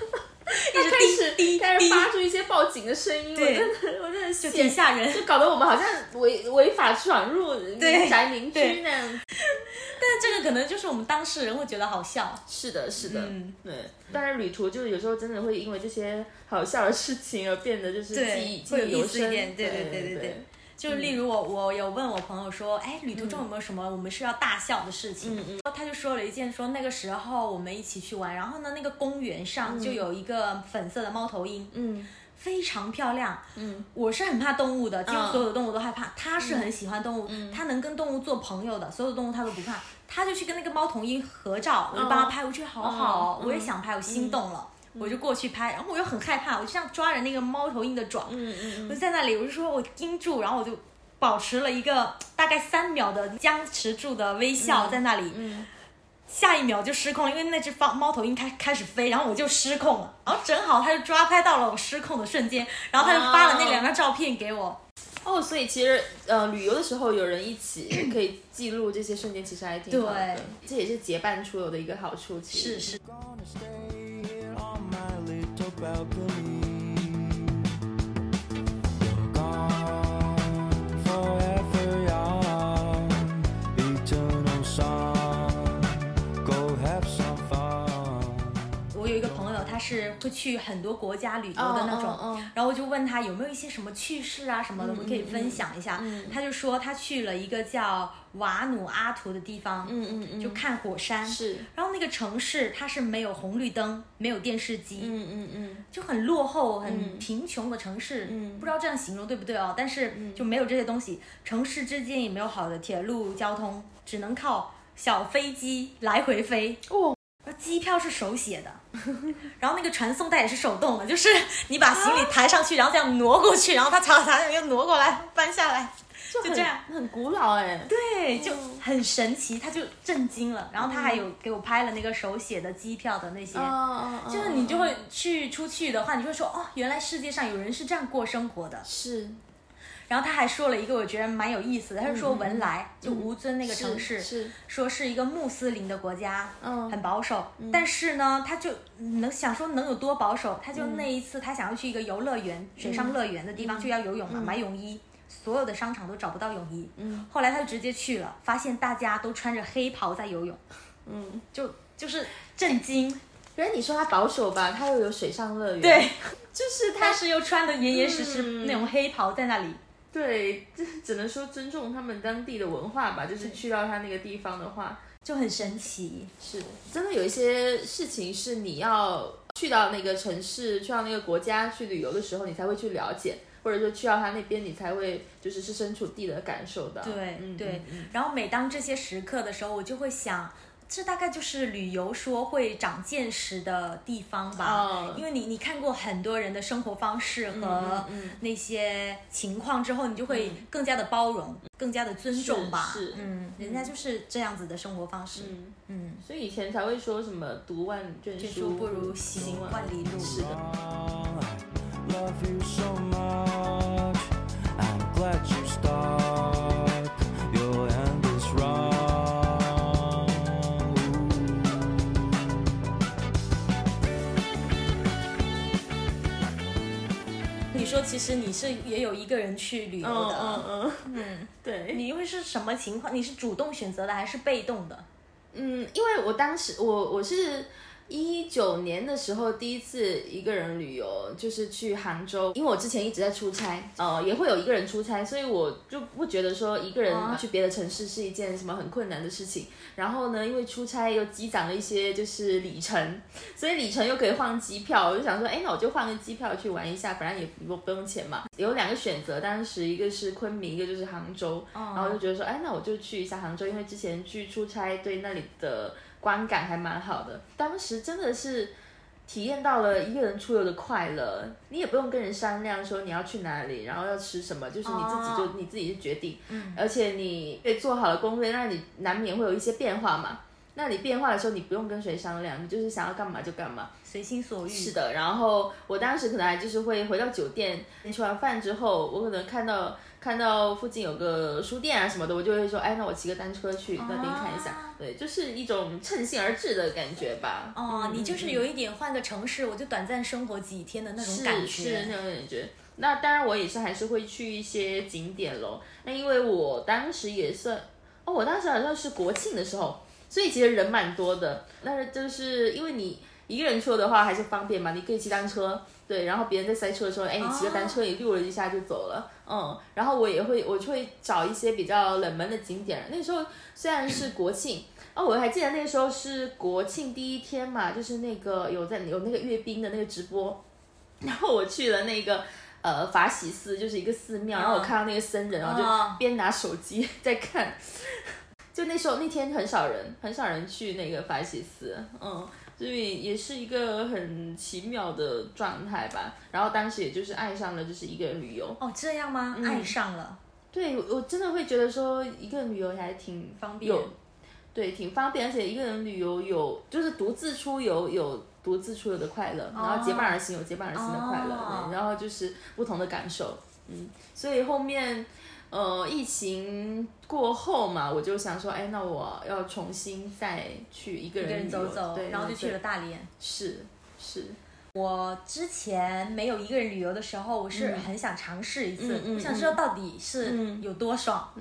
S1: 他开始开始发出一些报警的声音，我
S2: 对
S1: 真的我真的
S2: 就
S1: 就
S2: 挺吓 人。
S1: 就搞得我们好像违违法闯入民宅邻居
S2: 对
S1: 那样。
S2: 但这个可能就是我们当事人会觉得好笑。
S1: 是的，是的，
S2: 嗯
S1: 对。当然，旅途就是有时候真的会因为这些好笑的事情而变得就是
S2: 对
S1: 记忆记
S2: 会有
S1: 忆犹
S2: 意思一
S1: 深。
S2: 点对
S1: 对
S2: 对对对
S1: 对
S2: 对。就是
S1: 嗯
S2: 例如我，我有问我朋友说，哎，旅途中有没有什么我们是要大笑的事情？
S1: 嗯嗯
S2: 然后他就说了一件，说那个时候我们一起去玩，然后呢，那个公园上就有一个粉色的猫头鹰，
S1: 嗯
S2: 非常漂亮。
S1: 嗯，
S2: 我是很怕动物的，几乎
S1: 嗯
S2: 所有的动物都害怕。他是很喜欢动物，他能跟动物做朋友的，所有的动物他都不怕。他就去跟那个猫头鹰合照，我就帮他拍，我觉得好好哦，
S1: 嗯
S2: 我也想拍，我心动了。我就过去拍，然后我又很害怕，我就像抓着那个猫头鹰的爪，
S1: 嗯嗯
S2: 我就在那里，我就说我盯住，然后我就保持了一个大概三秒的僵持住的微笑，在那里。
S1: 嗯
S2: 下一秒就失控了，因为那只猫猫头鹰开开始飞，然后我就失控了，然后正好他就抓拍到了我失控的瞬间，然后他就发了那两张照片给我。
S1: 哦，所以其实呃，旅游的时候有人一 起可以记录这些瞬间，其实还挺好的
S2: 对。
S1: 这也是结伴出游的一个好处。其实
S2: 是是，
S5: Gonna stay here on my little balcony. You're gone forever young. Eternal song. Go have some fun.
S2: 我有一个朋友，他是会去很多国家旅游的那种，
S1: 哦嗯哦哦
S2: 然后我就问他有没有一些什么趣事啊什么的，我可以分享一下。
S1: 嗯
S2: 他就说他去了一个叫瓦努阿图的地方，
S1: 嗯嗯嗯
S2: 就看火山。
S1: 是，
S2: 然后那个城市它是没有红绿灯，没有电视机，
S1: 嗯嗯嗯，
S2: 就很落后、很贫穷的城市，
S1: 嗯
S2: 不知道这样形容对不对哦？但是就没有这些东西，城市之间也没有好的铁路交通，只能靠小飞机来回飞。
S1: 哦，
S2: 而机票是手写 的，然后那个传送带也是手动的，就是你把行李抬上去，然后这样挪过去，然后它朝它这样又挪过来搬下来，
S1: 就
S2: 就
S1: 很
S2: 这样。
S1: 很古老哎、
S2: 对，就很神奇，他就震惊了。然后他还有给我拍了那个手写的机票的那些，
S1: 嗯哦哦，
S2: 就是你就会去出去的话，你就会说哦，原来世界上有人是这样过生活的。
S1: 是
S2: 然后他还说了一个我觉得蛮有意思的，他就说文莱、就吴尊那个城市，
S1: 嗯是
S2: 说是一个穆斯林的国家，
S1: 嗯
S2: 很保守。但是呢，他就能想说能有多保守，他就那一次他想要去一个游乐园、水上乐园的地
S1: 嗯
S2: 方，就要游泳嘛，买泳衣。所有的商场都找不到泳衣，
S1: 嗯
S2: 后来他就直接去了，发现大家都穿着黑袍在游泳，
S1: 嗯，
S2: 就就是震惊，
S1: 原来你说它保守吧，它又有水上乐园，
S2: 对，
S1: 就是它
S2: 但是又穿的严严实实
S1: 嗯
S2: 那种黑袍在那里，
S1: 对，这只能说尊重他们当地的文化吧。就是去到他那个地方的话，
S2: 就很神奇。
S1: 是真的有一些事情是你要去到那个城市、去到那个国家去旅游的时候，你才会去了解，或者说去到他那边，你才会就是设身处地的感受到。
S2: 对、
S1: 嗯
S2: 对
S1: 嗯、嗯
S2: 然后每当这些时刻的时候，我就会想，这大概就是旅游说会长见识的地方吧。
S1: 哦
S2: 因为你你看过很多人的生活方式和
S1: 嗯嗯嗯
S2: 那些情况之后，你就会更加的包容，更加的尊重吧。
S1: 是是
S2: 嗯，人家就是这样子的生活方式。
S1: 嗯，
S2: 嗯，
S1: 所以以前才会说什么读万卷
S2: 就说
S1: 书
S2: 不如行万里路。
S1: 是的，
S5: Love you so much. I'm glad you stuck. Your hand is wrong.
S2: 你说，其实你是也有一个人去旅游
S1: 嗯
S2: 的。
S1: 嗯嗯
S2: 嗯
S1: 对。
S2: 你会是什么情况？你是主动选择的还是被动的？
S1: 嗯，因为我当时我我是一九年的时候第一次一个人旅游，就是去杭州，因为我之前一直在出差，呃，也会有一个人出差，所以我就不觉得说一个人
S2: 啊
S1: 去别的城市是一件什么很困难的事情。然后呢，因为出差又积攒了一些就是里程，所以里程又可以换机票，我就想说，哎，那我就换个机票去玩一下，反正也不不用钱嘛。有两个选择，当时一个是昆明，一个就是杭州，然后就觉得说，哎，那我就去一下杭州，因为之前去出差对那里的观感还蛮好的。当时真的是体验到了一个人出游的快乐，你也不用跟人商量说你要去哪里，然后要吃什么，就是你自己就、
S2: 哦
S1: 你自己去决定。而且你被做好了攻略，那你难免会有一些变化嘛。那你变化的时候，你不用跟谁商量，你就是想要干嘛就干嘛。
S2: 随心所欲。
S1: 是，的，然后我当时可能还就是会回到酒店，吃完饭之后，我可能看到看到附近有个书店啊什么的，我就会说，哎，那我骑个单车去那边看一下。
S2: 啊
S1: 对，就是一种趁兴而至的感觉吧。
S2: 哦，
S1: 嗯
S2: 你就
S1: 嗯
S2: 是
S1: 嗯
S2: 有一点换个城市，我就短暂生活几天的那种
S1: 是
S2: 感
S1: 是
S2: 觉。
S1: 那种感觉。那当然，我也是还是会去一些景点咯。那因为我当时也算，哦，我当时好像是国庆的时候，所以其实人蛮多的。但是就是因为你一个人去的话还是方便嘛，你可以骑单车，对，然后别人在塞车的时候，哎，你骑个单车，你溜了一下就走了，嗯。然后我也会，我就会找一些比较冷门的景点。那时候虽然是国庆。哦，我还记得那时候是国庆第一天嘛，就是那个有在有那个阅兵的那个直播，然后我去了那个呃法喜寺，就是一个寺庙，然后我看到那个僧人，然后
S2: 嗯
S1: 就边拿手机 在看。就那时候那天很少人，很少人去那个法喜寺，嗯，所以也是一个很奇妙的状态吧。然后当时也就是爱上了，就是一个人旅游。
S2: 哦，这样吗？
S1: 嗯
S2: 爱上了。
S1: 对，我我真的会觉得说一个人旅游还挺
S2: 方便
S1: 有对，挺方便，而且一个人旅游有就是独自出游有独自出游的快乐，然后结伴而行有结伴而行的快乐，嗯
S2: 哦
S1: 对然后就是不同的感受，嗯，所以后面。呃，疫情过后嘛，我就想说，哎，那我要重新再去一个
S2: 一个
S1: 人
S2: 人
S1: 旅游
S2: 走走
S1: 对，，
S2: 然后就去了
S1: 对
S2: 大连。
S1: 是是，
S2: 我之前没有一个人旅游的时候，我是
S1: 嗯
S2: 很想尝试一次，
S1: 嗯嗯
S2: 我想知道到底是
S1: 嗯
S2: 有多爽，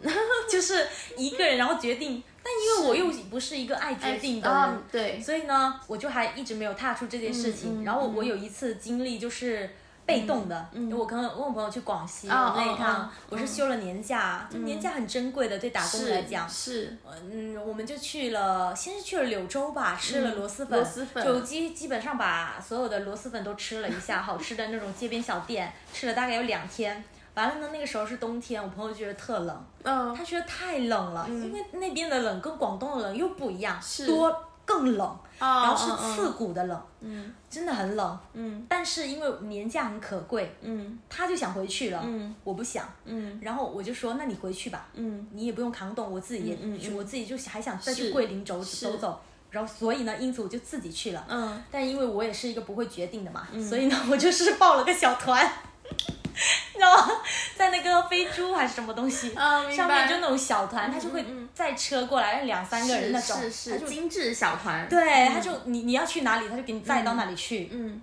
S2: 就是一个人然后决定。但因为我又不是一个爱决定的人，
S1: 啊，对，
S2: 所以呢，我就还一直没有踏出这件事
S1: 嗯
S2: 情。
S1: 嗯嗯
S2: 然后我有一次经历就是。被动的，我跟我朋友去广西
S1: 哦
S2: 那一趟，
S1: 哦哦嗯
S2: 我是休了年假，就年假很珍贵的，对打工人来讲，
S1: 是是
S2: 嗯，我们就去了，先是去了柳州吧，吃了螺蛳粉，
S1: 嗯螺蛳粉
S2: 就基基本上把所有的螺蛳粉都吃了一下，好吃的那种街边小店， 吃了大概有两天。完了呢，那个时候是冬天，我朋友觉得特冷，
S1: 嗯
S2: 他觉得太冷了，因为那边的冷跟广东的冷又不一样，
S1: 是
S2: 多更冷，
S1: 啊
S2: 然后是
S1: 嗯嗯
S2: 刺骨的冷，
S1: 嗯
S2: 真的很冷。
S1: 嗯
S2: 但是因为年假很可贵，
S1: 嗯
S2: 他就想回去了，
S1: 嗯
S2: 我不想，
S1: 嗯
S2: 然后我就说那你回去吧，
S1: 嗯
S2: 你也不用扛冻，我自己也、
S1: 嗯嗯嗯
S2: 我自己就还想再去
S1: 是
S2: 桂林走
S1: 是
S2: 走走，然后所以呢，因此我就自己去了。
S1: 嗯，
S2: 但因为我也是一个不会决定的嘛，所以呢，我就是报了个小团， 你知道吗？在那个飞猪还是什么东西，
S1: 啊明
S2: 嗯上面
S1: 白嗯
S2: 就那种小团，他就会载车过来两三个人那种，
S1: 是
S2: 他
S1: 是
S2: 就是
S1: 精致小团，
S2: 对，他就你你要去哪里，他就给你载到哪里去。
S1: 嗯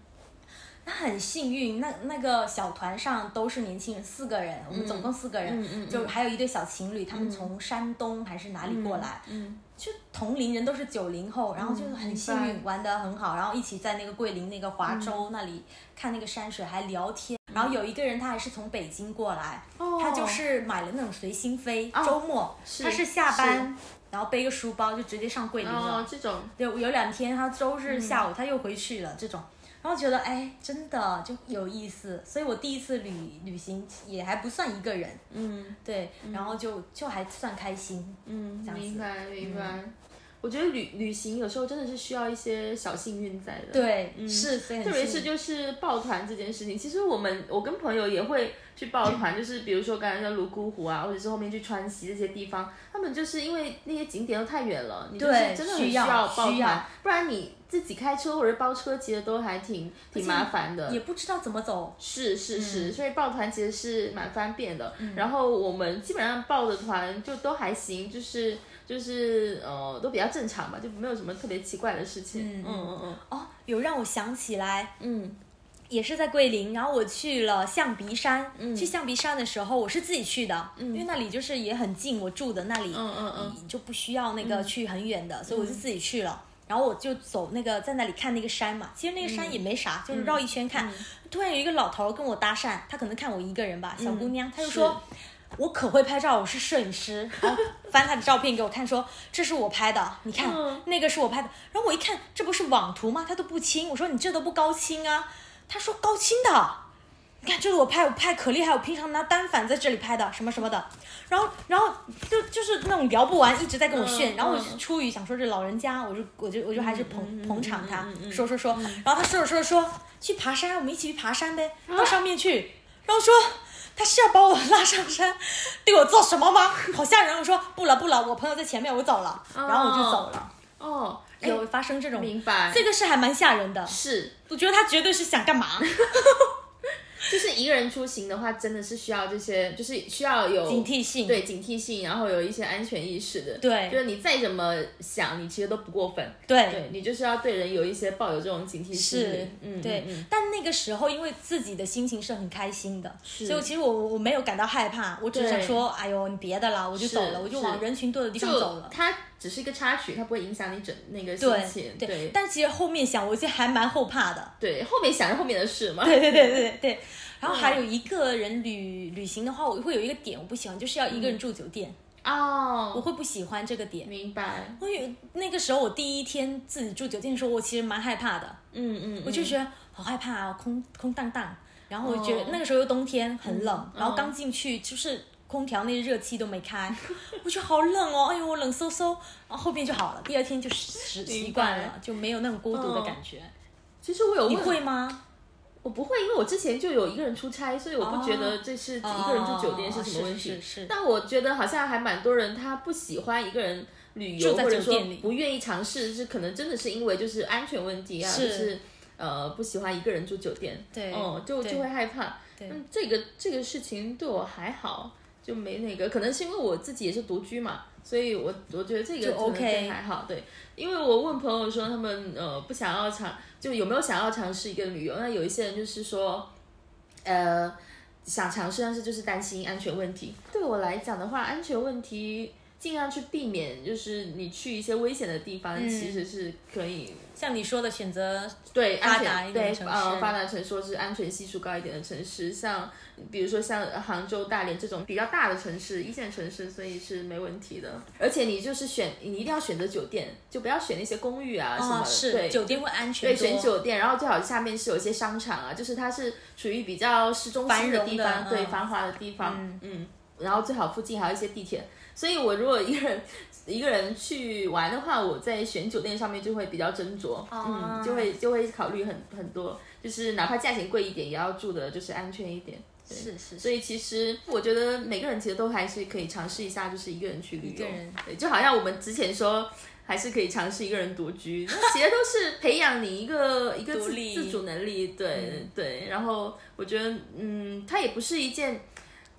S2: 他很幸运，那那个小团上都是年轻人，四个人，我们总共四个
S1: 嗯
S2: 人，
S1: 嗯嗯
S2: 就还有一对小情侣，他们从山东还是哪里过来，
S1: 嗯
S2: 就同龄人都是九零后，然后就是很幸运，
S1: 明
S2: 玩的很好，然后一起在那个桂林那个华
S1: 嗯
S2: 州那里、看那个山水，还聊天。然后有一个人他还是从北京过来，
S1: 哦
S2: 他就是买了那种随心飞，
S1: 哦
S2: 周末
S1: 是
S2: 他是下班，然后背个书包就直接上桂林了。
S1: 哦这种
S2: 对，有两天他
S1: 嗯
S2: 周日下午他又回去了、这种，然后觉得哎，真的就有意思，所以我第一次旅旅行也还不算一个人，
S1: 嗯
S2: 对，然后就就还算开心，
S1: 嗯
S2: 这样子
S1: 明白明白。
S2: 嗯
S1: 我觉得旅旅行有时候真的是需要一些小幸运在的，，
S2: 对，是，所以
S1: 嗯
S2: 很
S1: 特别
S2: 幸
S1: 是
S2: 运
S1: 就是抱团这件事情，其实我们我跟朋友也会去抱
S2: 嗯
S1: 团，就是比如说刚才的泸沽湖啊，或者是后面去川西这些地方，他们就是因为那些景点都太远了，你就是
S2: 对
S1: 真的很
S2: 需要
S1: 抱
S2: 需要
S1: 团，不然你自己开车或者包车，其实都还挺挺麻烦的，
S2: 也不知道怎么走，
S1: 是是
S2: 嗯
S1: 是，所以抱团其实是蛮方便的。然后我们基本上报的团就都还行，就是就是呃都比较正常吧，就没有什么特别奇怪的事情。
S2: 嗯
S1: 嗯嗯嗯
S2: 哦，有让我想起来，
S1: 嗯
S2: 也是在桂林，然后我去了象鼻山。
S1: 嗯
S2: 去象鼻山的时候，我是自己去的，因为那里就是也很近，我住的那里，
S1: 嗯嗯嗯
S2: 你就不需要那个去很远的，所以我就自己去了。然后我就走那个在那里看那个山嘛，其实那个
S1: 嗯
S2: 山也没啥，就是绕一圈看。突然有一个老头跟我搭讪，他可能看我一个人
S1: 嗯
S2: 吧，小姑娘，他就说。我可会拍照，我是摄影师。然后翻他的照片给我看说，这是我拍的，你看、
S1: 嗯
S2: 那个是我拍的。然后我一看，这不是网图吗？他都不清。我说你这都不高清啊。他说高清的，你看这是我拍，我拍可厉害，我平常拿单反在这里拍的，什么什么的。然后，然后就就是那种聊不完，一直在跟我
S1: 嗯
S2: 炫。然后我就出于想说这老人家，我就我就我就还是捧、
S1: 嗯嗯
S2: 捧场他，
S1: 嗯嗯嗯啊
S2: 说说说。然后他说着说着说去爬山，我们一起去爬山呗，到上面去。然后说他是要把我拉上山，对我做什么吗？好吓人！我说不了不了，我朋友在前面，我走了。然后我就走了。
S1: 哦，哎
S2: 有发生这种，
S1: 哦明白
S2: 这个是还蛮吓人的。
S1: 是
S2: 我觉得他绝对是想干嘛？
S1: 就是一个人出行的话，真的是需要这些，就是需要有
S2: 警惕性
S1: 对警惕性，然后有一些安全意识的。
S2: 对
S1: 就是你再怎么想，你其实都不过分。
S2: 对
S1: 对你就是要对人有一些抱有这种警惕心
S2: 是
S1: 理。，嗯，
S2: 对、
S1: 嗯嗯
S2: 但那个时候，因为自己的心情是很开心的，所以我其实我我没有感到害怕，我只是想
S1: 对
S2: 说，哎呦，你别的了，我就是走了，我就是往人群多的地方走
S1: 就
S2: 了。
S1: 它只是一个插曲，它不会影响你整那个心
S2: 对
S1: 情。
S2: 对
S1: 对，
S2: 但其实后面想，我其实还蛮后怕的。
S1: 对后面想着后面的事嘛。
S2: 对对对对对。然后还有一个人旅旅行的话，我会有一个点我不喜欢，就是要一个人住酒店，我
S1: 嗯哦，
S2: 会不喜欢这个点。
S1: 明白。
S2: 我有那个时候，我第一天自己住酒店的时候，我其实蛮害怕的，
S1: 嗯嗯，
S2: 我就觉得好害怕啊，空空荡荡。然后我觉得
S1: 哦嗯
S2: 那个时候又冬天，很冷，然后刚进去就是空调那热气都没开，我觉得好冷哦，哎呦，我冷飕飕。然后后面就好了，第二天就习习
S1: 明
S2: 惯
S1: 白
S2: 了，就没有那种孤独的
S1: 哦
S2: 感觉。
S1: 其实我有
S2: 你
S1: 问
S2: 会吗？
S1: 我不会，因为我之前就有一个人出差，所以我不觉得这嗯是一个人住酒店是什么问题。
S2: 哦是是是是
S1: 但我觉得好像还蛮多人他不喜欢一个人旅
S2: 住
S1: 游，
S2: 在
S1: 或者
S2: 酒
S1: 说
S2: 店里
S1: 不愿意尝试，是可能真的是因为就是安全问题啊，
S2: 是
S1: 就是呃不喜欢一个人住酒店，
S2: 对
S1: 哦、就
S2: 对
S1: 就会害怕。
S2: 对
S1: 嗯，这个这个事情对我还好，就没那个，可能是因为我自己也是独居嘛，所以我我觉得这个
S2: 就
S1: 可能
S2: OK
S1: 还好，对。因为我问朋友说他们呃不想要尝，就有没有想要尝试一个旅游？那有一些人就是说，呃，想尝试，但是就是担心安全问题。对我来讲的话，安全问题尽量去避免，就是你去一些危险的地方，
S2: 嗯
S1: 其实是可以
S2: 像你说的选择
S1: 对
S2: 发
S1: 安全
S2: 达一点
S1: 对
S2: 的城
S1: 呃
S2: 市
S1: 发达城市或是安全系数高一点的城市，像比如说像杭州、大连这种比较大的城市、一线城市，所以是没问题的。而且你就是选，你一定要选择酒店，就不要选那些公寓啊什么
S2: 啊，
S1: 的。
S2: 是
S1: 对
S2: 酒店会安全
S1: 对，
S2: 多，
S1: 选酒店，然后最好下面是有一些商场啊，就是它是处于比较市中
S2: 繁
S1: 心的
S2: 荣
S1: 地
S2: 的
S1: 方，对，
S2: 嗯
S1: 繁华的地方，嗯然后最好附近还有一些地铁。所以我如果一个人一个人去玩的话，我在选酒店上面就会比较斟酌，
S2: 啊
S1: 嗯，就会就会考虑很很多，就是哪怕价钱贵一点，也要住的就是安全一点。对
S2: 是是
S1: 所以其实我觉得每个人其实都还是可以尝试一下，就是一个人去旅游。
S2: 一个人
S1: 对，就好像我们之前说，还是可以尝试一个人独居， 那其实都是培养你一 个一个
S2: 独
S1: 自
S2: 立嗯
S1: 自主能力。对、对，然后我觉得，嗯，它也不是一件。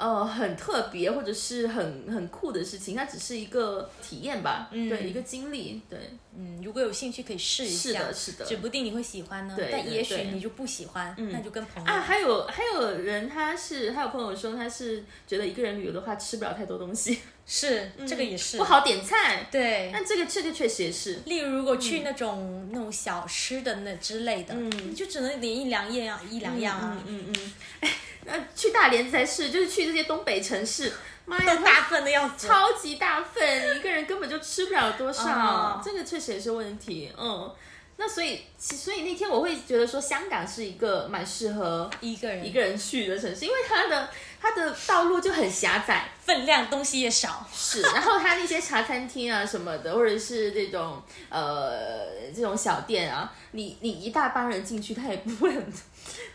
S1: 呃，很特别或者是很很酷的事情，它只是一个体验吧，对，一个经历，对，
S2: 嗯，如果有兴趣可以试一下，
S1: 是的是的
S2: 指不定你会喜欢呢。
S1: 对
S2: 但
S1: 对
S2: 也许
S1: 对
S2: 你就不喜欢，那就跟朋友。
S1: 啊，还有还有人他是还有朋友说他是觉得一个人旅游的话吃不了太多东西，
S2: 是、这个也是
S1: 不。嗯好点菜，
S2: 对，嗯
S1: 但这个这个确实也是，
S2: 例如如果去那种、那种小吃的那之类的，你就只能点一两样啊一两样啊，
S1: 嗯嗯嗯， 哎，那去大连才是，就是去这些东北城市，妈呀，他
S2: 都大份的要死。
S1: 超级大份，一个人根本就吃不了多少，
S2: 啊
S1: 这个确实也是问题，嗯。那所以，其所以那天我会觉得说，香港是一个蛮适合
S2: 一个人
S1: 一个人去的城市，因为它的它的道路就很狭窄，
S2: 分量东西也少，
S1: 是，然后它那些茶餐厅啊什么的，或者是这种呃这种小店啊，你你一大帮人进去，他也不会很，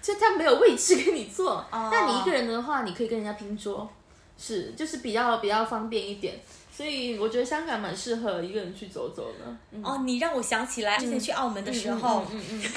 S1: 就他没有位置给你坐。
S2: 哦
S1: 那你一个人的话，你可以跟人家拼桌，是，就是比较比较方便一点。所以我觉得香港蛮适合一个人去走走的。嗯
S2: 哦，你让我想起来之前去澳门的时候，
S1: 嗯嗯嗯嗯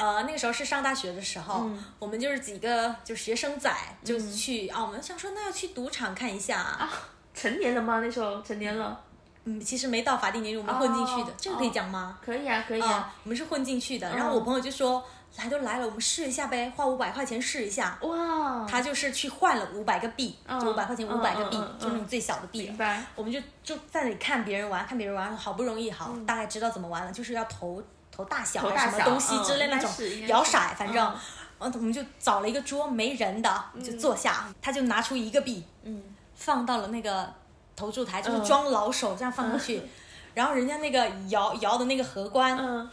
S2: 呃，那个时候是上大学的时候，我们就是几个就学生仔就去澳门，想说那要去赌场看一下啊。
S1: 成年了吗？那时候成年了，
S2: 嗯，其实没到法定年龄，我们混进去的，
S1: 哦
S2: 这个可以讲吗？
S1: 可以啊，可以
S2: 啊、
S1: 啊。
S2: 我们是混进去的。然后我朋友就说，来都来了，我们试一下呗，花五百块钱试一下。
S1: 哇，
S2: 哦他就是去换了五百个币，
S1: 嗯
S2: 就五百块钱
S1: 嗯
S2: 五百个币，
S1: 嗯嗯
S2: 就那种最小的币
S1: 明。白。
S2: 我们就就在那里看别人玩，看别人玩，好不容易好，大概知道怎么玩了，就是要投投大
S1: 嗯
S2: 小
S1: 投
S2: 还
S1: 大
S2: 是
S1: 小
S2: 什么东西
S1: 嗯
S2: 之类那种
S1: 应该是应该，是
S2: 摇骰，反正
S1: 嗯，
S2: 然后我们就找了一个桌没人的，就坐下，他就拿出一个币，
S1: 嗯，
S2: 放到了那个投注台，就是
S1: 嗯
S2: 装老手这样放上去，然后人家那个摇摇的那个荷官，
S1: 嗯，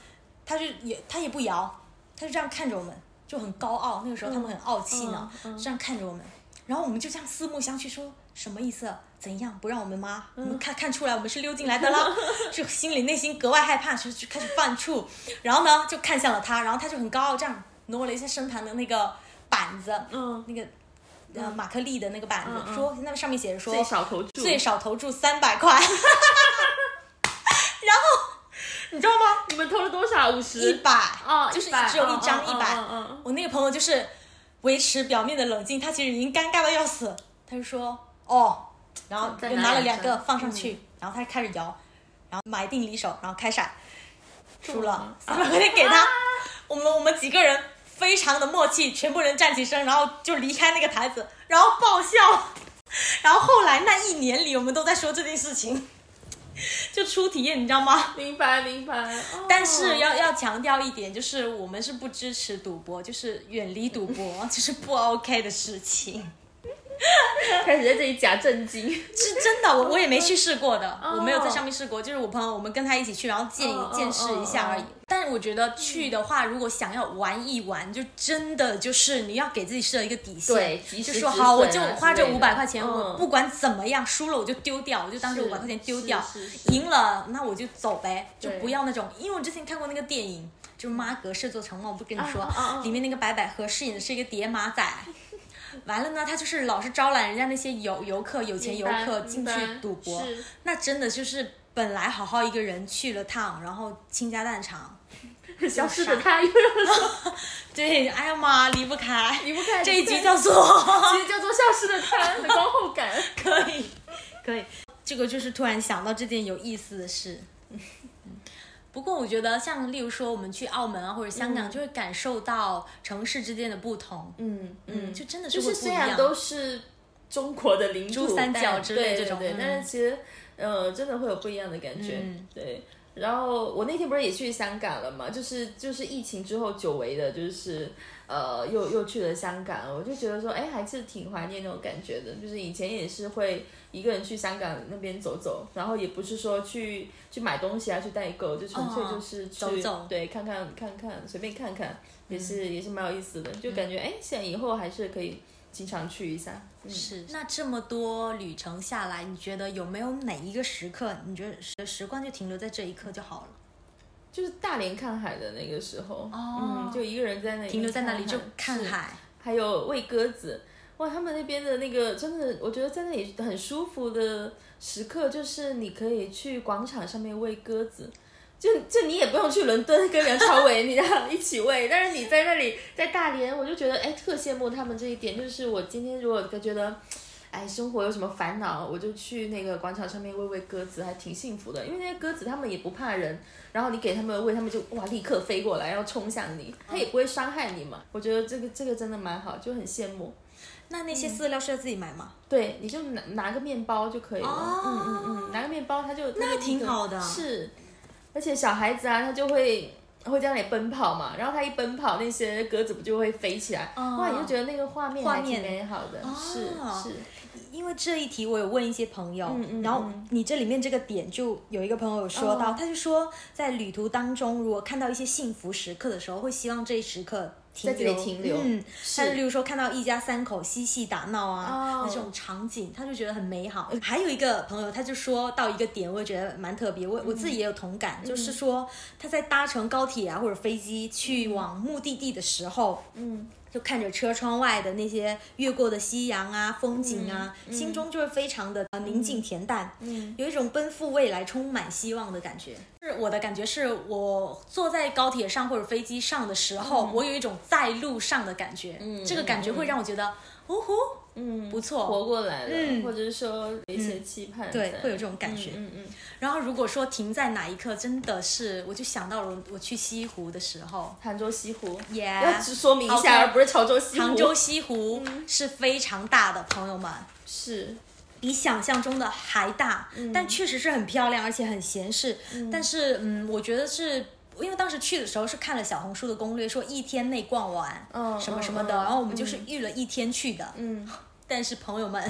S2: 他就也他也不摇，他就这样看着我们，就很高傲。那个时候他们很傲气呢，
S1: 嗯嗯
S2: 这样看着我们，然后我们就这样四目相觑，说什么意思？啊怎样不让我们吗？
S1: 嗯
S2: 我们看看出来我们是溜进来的啦， 就心里内心格外害怕，就就开始犯怵。然后呢，就看向了他，然后他就很高傲，这样挪了一下身旁的那个板子，
S1: 嗯
S2: 那个呃马克利的那个板子，
S1: 嗯嗯
S2: 说那上面写着说
S1: 最少投注，
S2: 最少投注三百块。然后，你知道吗？
S1: 你们投了多少？五十？
S2: 一百
S1: 哦，
S2: 就是
S1: 100
S2: 只有一张
S1: 哦
S2: 一百
S1: 哦哦哦
S2: 我那个朋友就是维持表面的冷静，他其实已经尴尬到要死。他就说哦，然后
S1: 再
S2: 又
S1: 拿
S2: 拿了
S1: 两
S2: 两个
S1: 张
S2: 放上去，然后他开始摇，然后买定离手，然后开骰，输
S1: 了吗
S2: 了四 百块钱给他。我们我们几个人非常的默契，全部人站起身，然后就离开那个台子，然后爆笑。然后后来那一年里，我们都在说这件事情，就出体验，你知道吗？
S1: 明白明白。哦
S2: 但是要要强调一点，就是我们是不支持赌博，就是远离赌 博，就是不 OK 的事情。
S1: 开始在这里假正经。
S2: 是真的，我我也没去试过的，我没有在上面试过。就是我朋友，我们跟他一起去，然后见
S1: 哦
S2: 一见识一下而已
S1: 哦哦。
S2: 但我觉得去的话，如果想要玩一玩，就真的就是你要给自己设一个底线，
S1: 对及时
S2: 就
S1: 止
S2: 说
S1: 损啊
S2: 好，我就花这
S1: 之类
S2: 五
S1: 的
S2: 百块钱，
S1: 嗯
S2: 我不管怎么样，输了我就丢掉，我就当这
S1: 是
S2: 五百块钱丢掉
S1: 是是，
S2: 赢了那我就走呗，就
S1: 对
S2: 不要那种。因为我之前看过那个电影，就是《妈格式做成梦》，我不跟你说
S1: 啊啊啊，
S2: 里面那个白百合饰演的是一个叠马 仔。完了呢，他就是老是招揽人家那些游游客、有钱游客进去赌博，
S1: 明白是
S2: 那真的就是本来好好一个人去了趟，然后倾家荡产。
S1: 消失的他又让
S2: 对，哎呀妈，离不开，
S1: 离不 开
S2: 这一集叫做
S1: 其实叫做消失的他的观后感。
S2: 可以，可以。这个就是突然想到这件有意思的事。 不过我觉得，像例如说我们去澳门啊或者香港，就会感受到城市之间的不同。
S1: 嗯
S2: 嗯，就真的是
S1: 就
S2: 会
S1: 是
S2: 不一
S1: 虽
S2: 样。
S1: 然都是中国的领土，
S2: 珠三角
S1: 但
S2: 之类
S1: 对
S2: 这种
S1: 对
S2: 嗯
S1: 对，但是其实呃，真的会有不一样的感觉，
S2: 嗯
S1: 对。然后我那天不是也去香港了嘛，就是就是疫情之后久违的，就是呃又又去了香港，我就觉得说，哎，还是挺怀念那种感觉的。就是以前也是会一个人去香港那边走走，然后也不是说去去买东西啊，去代购，就纯粹
S2: 哦
S1: 就是去、
S2: 走走
S1: 对看看看看随便看看，也是、
S2: 嗯
S1: 也是蛮有意思的，就感觉哎，现在以后还是可以经常去一下。嗯，
S2: 是，那这么多旅程下来，你觉得有没有哪一个时刻，你觉得时时光就停留在这一刻就好了？
S1: 就是大连看海的那个时候，
S2: 哦
S1: 嗯，就一个人在那里
S2: 停留在那里就
S1: 看
S2: 看
S1: 是
S2: 海，
S1: 还有喂鸽子。哇，他们那边的那个真的，我觉得在那里很舒服的时刻，就是你可以去广场上面喂鸽子，就就你也不用去伦敦跟梁朝伟 你俩一起喂，但是你在那里在大连，我就觉得哎特羡慕他们这一点，就是我今天如果觉得。哎，生活有什么烦恼，我就去那个广场上面喂喂鸽子，还挺幸福的。因为那些鸽子它们也不怕人，然后你给它们喂，它们就哇立刻飞过来，然后冲向你，它也不会伤害你
S2: 嗯
S1: 嘛。我觉得这个这个真的蛮好，就很羡慕。
S2: 那那些饲料是要自己买吗？
S1: 对，你就拿拿个面包就可以了，
S2: 哦
S1: 嗯嗯嗯，拿个面包它就它就那个
S2: 挺好的
S1: 是，而且小孩子啊，他就会。会在那里奔跑嘛，然后他一奔跑，那些鸽子不就会飞起来？
S2: 哦
S1: 哇，你就觉得那个画面
S2: 画
S1: 还挺
S2: 面哦
S1: 美好的，是是，
S2: 因为这一题我有问一些朋友，
S1: 嗯嗯
S2: 然后
S1: 嗯
S2: 你这里面这个点就有一个朋友有说到，
S1: 哦
S2: 他就说在旅途当中，如果看到一些幸福时刻的时候，会希望这一时刻停
S1: 在这里
S2: 留。
S1: 停留
S2: 嗯，
S1: 是
S2: 他就例如说看到一家三口嬉戏打闹啊、
S1: 哦呃
S2: 那种场景，他就觉得很美好。还有一个朋友，他就说到一个点，我也觉得蛮特别，
S1: 嗯
S2: 我我自己也有同感，就是说他在搭乘高铁啊或者飞机去往目的地的时候，
S1: 嗯，
S2: 就看着车窗外的那些越过的夕阳啊、风景啊，心中就会非常的呃宁静恬淡，
S1: 嗯，
S2: 有一种奔赴未来、充满希望的感觉。是我的感觉，是我坐在高铁上或者飞机上的时候，我有一种在路上的感觉，
S1: 嗯
S2: 这个感觉会让我觉得，哦吼，
S1: 嗯，
S2: 不错
S1: 活过来了，
S2: 嗯
S1: 或者是说有一些期盼在、
S2: 对会有这种感觉
S1: 嗯嗯嗯，
S2: 然后如果说停在哪一刻，真的是我就想到了我去西湖的时候，
S1: 杭州西湖
S2: Yeah
S1: 要只说明一
S2: OK
S1: 下，而不是潮州西湖。嗯
S2: 杭州西湖是非常大的，朋友们。
S1: 是
S2: 比想象中的还大，
S1: 嗯
S2: 但确实是很漂亮，而且很闲适。但是，嗯，我觉得是。因为当时去的时候是看了小红书的攻略，说一天内逛完，
S1: 嗯
S2: 什么什么的，
S1: 嗯嗯
S2: 然后我们就是预了一天去的。
S1: 嗯，
S2: 但是朋友们，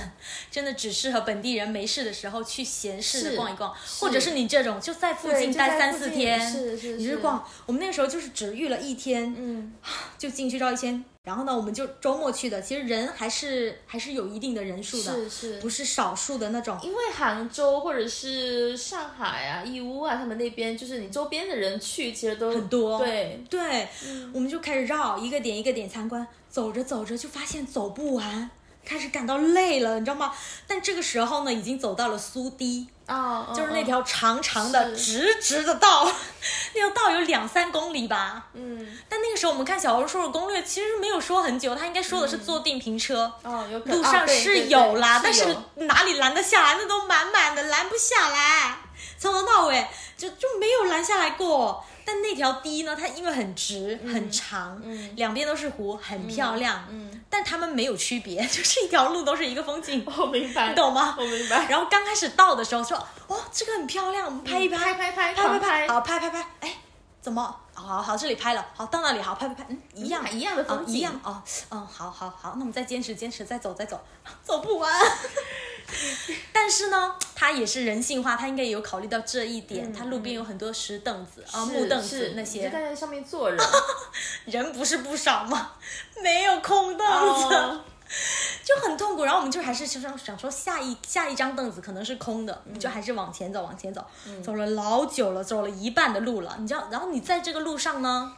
S2: 真的只适合本地人没事的时候去闲适的
S1: 是
S2: 逛一逛，
S1: 是
S2: 或者是你这种就在附
S1: 对
S2: 近
S1: 就在
S2: 待三
S1: 附
S2: 四
S1: 近
S2: 天，
S1: 是是
S2: 你就是逛。我们那时候就是只预了一天，
S1: 嗯
S2: 就进去绕一圈。然后呢，我们就周末去的，其实人还是还是有一定的人数的，
S1: 是是
S2: 不是少数的那种。
S1: 因为杭州或者是上海啊、义乌啊，他们那边就是你周边的人去，其实都
S2: 很多
S1: 对，嗯
S2: 对，我们就开始绕一个点一个点参观，走着走着就发现走不完，开始感到累了，你知道吗？但这个时候呢，已经走到了苏堤，
S1: 哦，
S2: 就是那条长长的、
S1: 是
S2: 直直的道， 那条道有两三公里吧。
S1: 嗯，
S2: 但那个时候我们看小红书的攻略，其实没有说很久，他应该说的是
S1: 嗯
S2: 坐电瓶车。
S1: 哦，有可
S2: 路
S1: 啊
S2: 上
S1: 对
S2: 是
S1: 对
S2: 有
S1: 对
S2: 啦，
S1: 是
S2: 但是
S1: 有
S2: 哪里拦得下来？那都满满的，拦不下来，从头到尾就就没有拦下来过。但那条堤呢，它因为很直、很长，
S1: 嗯
S2: 两边都是湖，很漂亮。
S1: 嗯，
S2: 但它们没有区别， 就是一条路都是一个风景，
S1: 我明白，
S2: 你懂吗
S1: 我明白。
S2: 然后刚开始到的时候说，哦，这个很漂亮，我们拍一拍，
S1: 拍拍拍
S2: 拍
S1: 狂拍
S2: 拍，好拍拍拍，哎，怎么？好好，这里拍了，好到那里，好拍拍拍，嗯，一样、
S1: 嗯一样的风
S2: 哦
S1: 景
S2: 一样哦，嗯，好好好，那我们再坚持坚持，再走再 走，走不完。但是呢，它也是人性化，它应该也有考虑到这一点，它路边有很多石凳子啊、木凳
S1: 嗯是
S2: 子那
S1: 你就
S2: 些，
S1: 在那上面坐 人，
S2: 人不是不少吗？ 没有空凳子。
S1: 哦，
S2: 就很痛苦。然后我们就还是想想说下一下一张凳子可能是空
S1: 嗯
S2: 的，你就还是往前走，往前走，走了老久了，走了一半的路了，你知道，然后你在这个路上呢。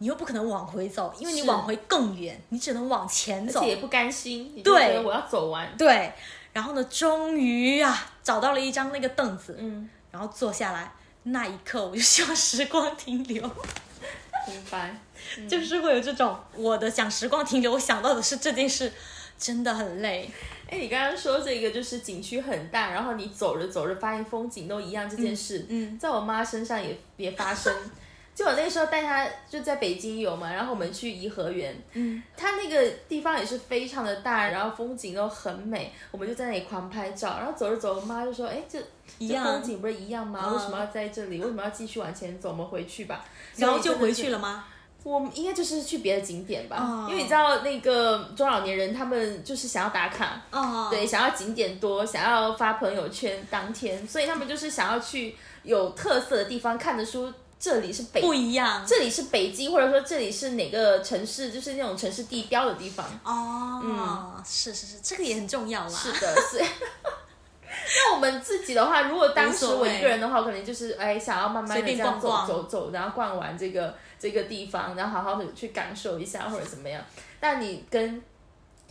S2: 你又不可能往回走，因为你
S1: 是
S2: 往回更远，你只能往前
S1: 而
S2: 走
S1: 且。也不甘心，你就
S2: 对
S1: 觉得我要走完，
S2: 对，然后呢，终于啊，找到了一张那个凳子，
S1: 嗯，
S2: 然后坐下来，那一刻我就希望时光停留，
S1: 明白。
S2: 就是会有这种我的想时光停留，我想到的是这件事，真的很累。
S1: 哎，你刚刚说这个就是景区很大，然后你走着走着发现风景都一样这件事，
S2: 嗯嗯
S1: 在我妈身上也也发生。 就我那个时候带她就在北京游嘛，然后我们去颐和园，嗯，它那个地方也是非常的大，然后风景都很美，我们就在那里狂拍照，然后走着走着，我妈就说，哎，这
S2: 一
S1: 这
S2: 样
S1: 风景不是一样吗？
S2: 嗯
S1: 为什么要在这里？为什么要继续往前走？我们回去吧。
S2: 然后
S1: 所以
S2: 就
S1: 真的
S2: 回
S1: 是
S2: 去了吗？
S1: 我们应该就是去别的景点吧，
S2: 哦
S1: 因为你知道那个中老年人他们就是想要打卡，
S2: 哦，
S1: 对，想要景点多，想要发朋友圈当天，所以他们就是想要去有特色的地方，看得出这里是北，
S2: 不一样。
S1: 这里是北京，或者说这里是哪个城市，就是那种城市地标的地方。
S2: 哦，是是是，这个也很重要
S1: 嗯
S2: 啦。
S1: 是的，是。 那我们自己的话，如果当时
S2: 无所
S1: 我
S2: 谓
S1: 一个人的话，我可能就是哎，想要慢慢
S2: 随
S1: 的
S2: 便
S1: 这样走
S2: 逛逛
S1: 走走，然后逛完这个这个地方，然后好好的去感受一下或者怎么样。但你跟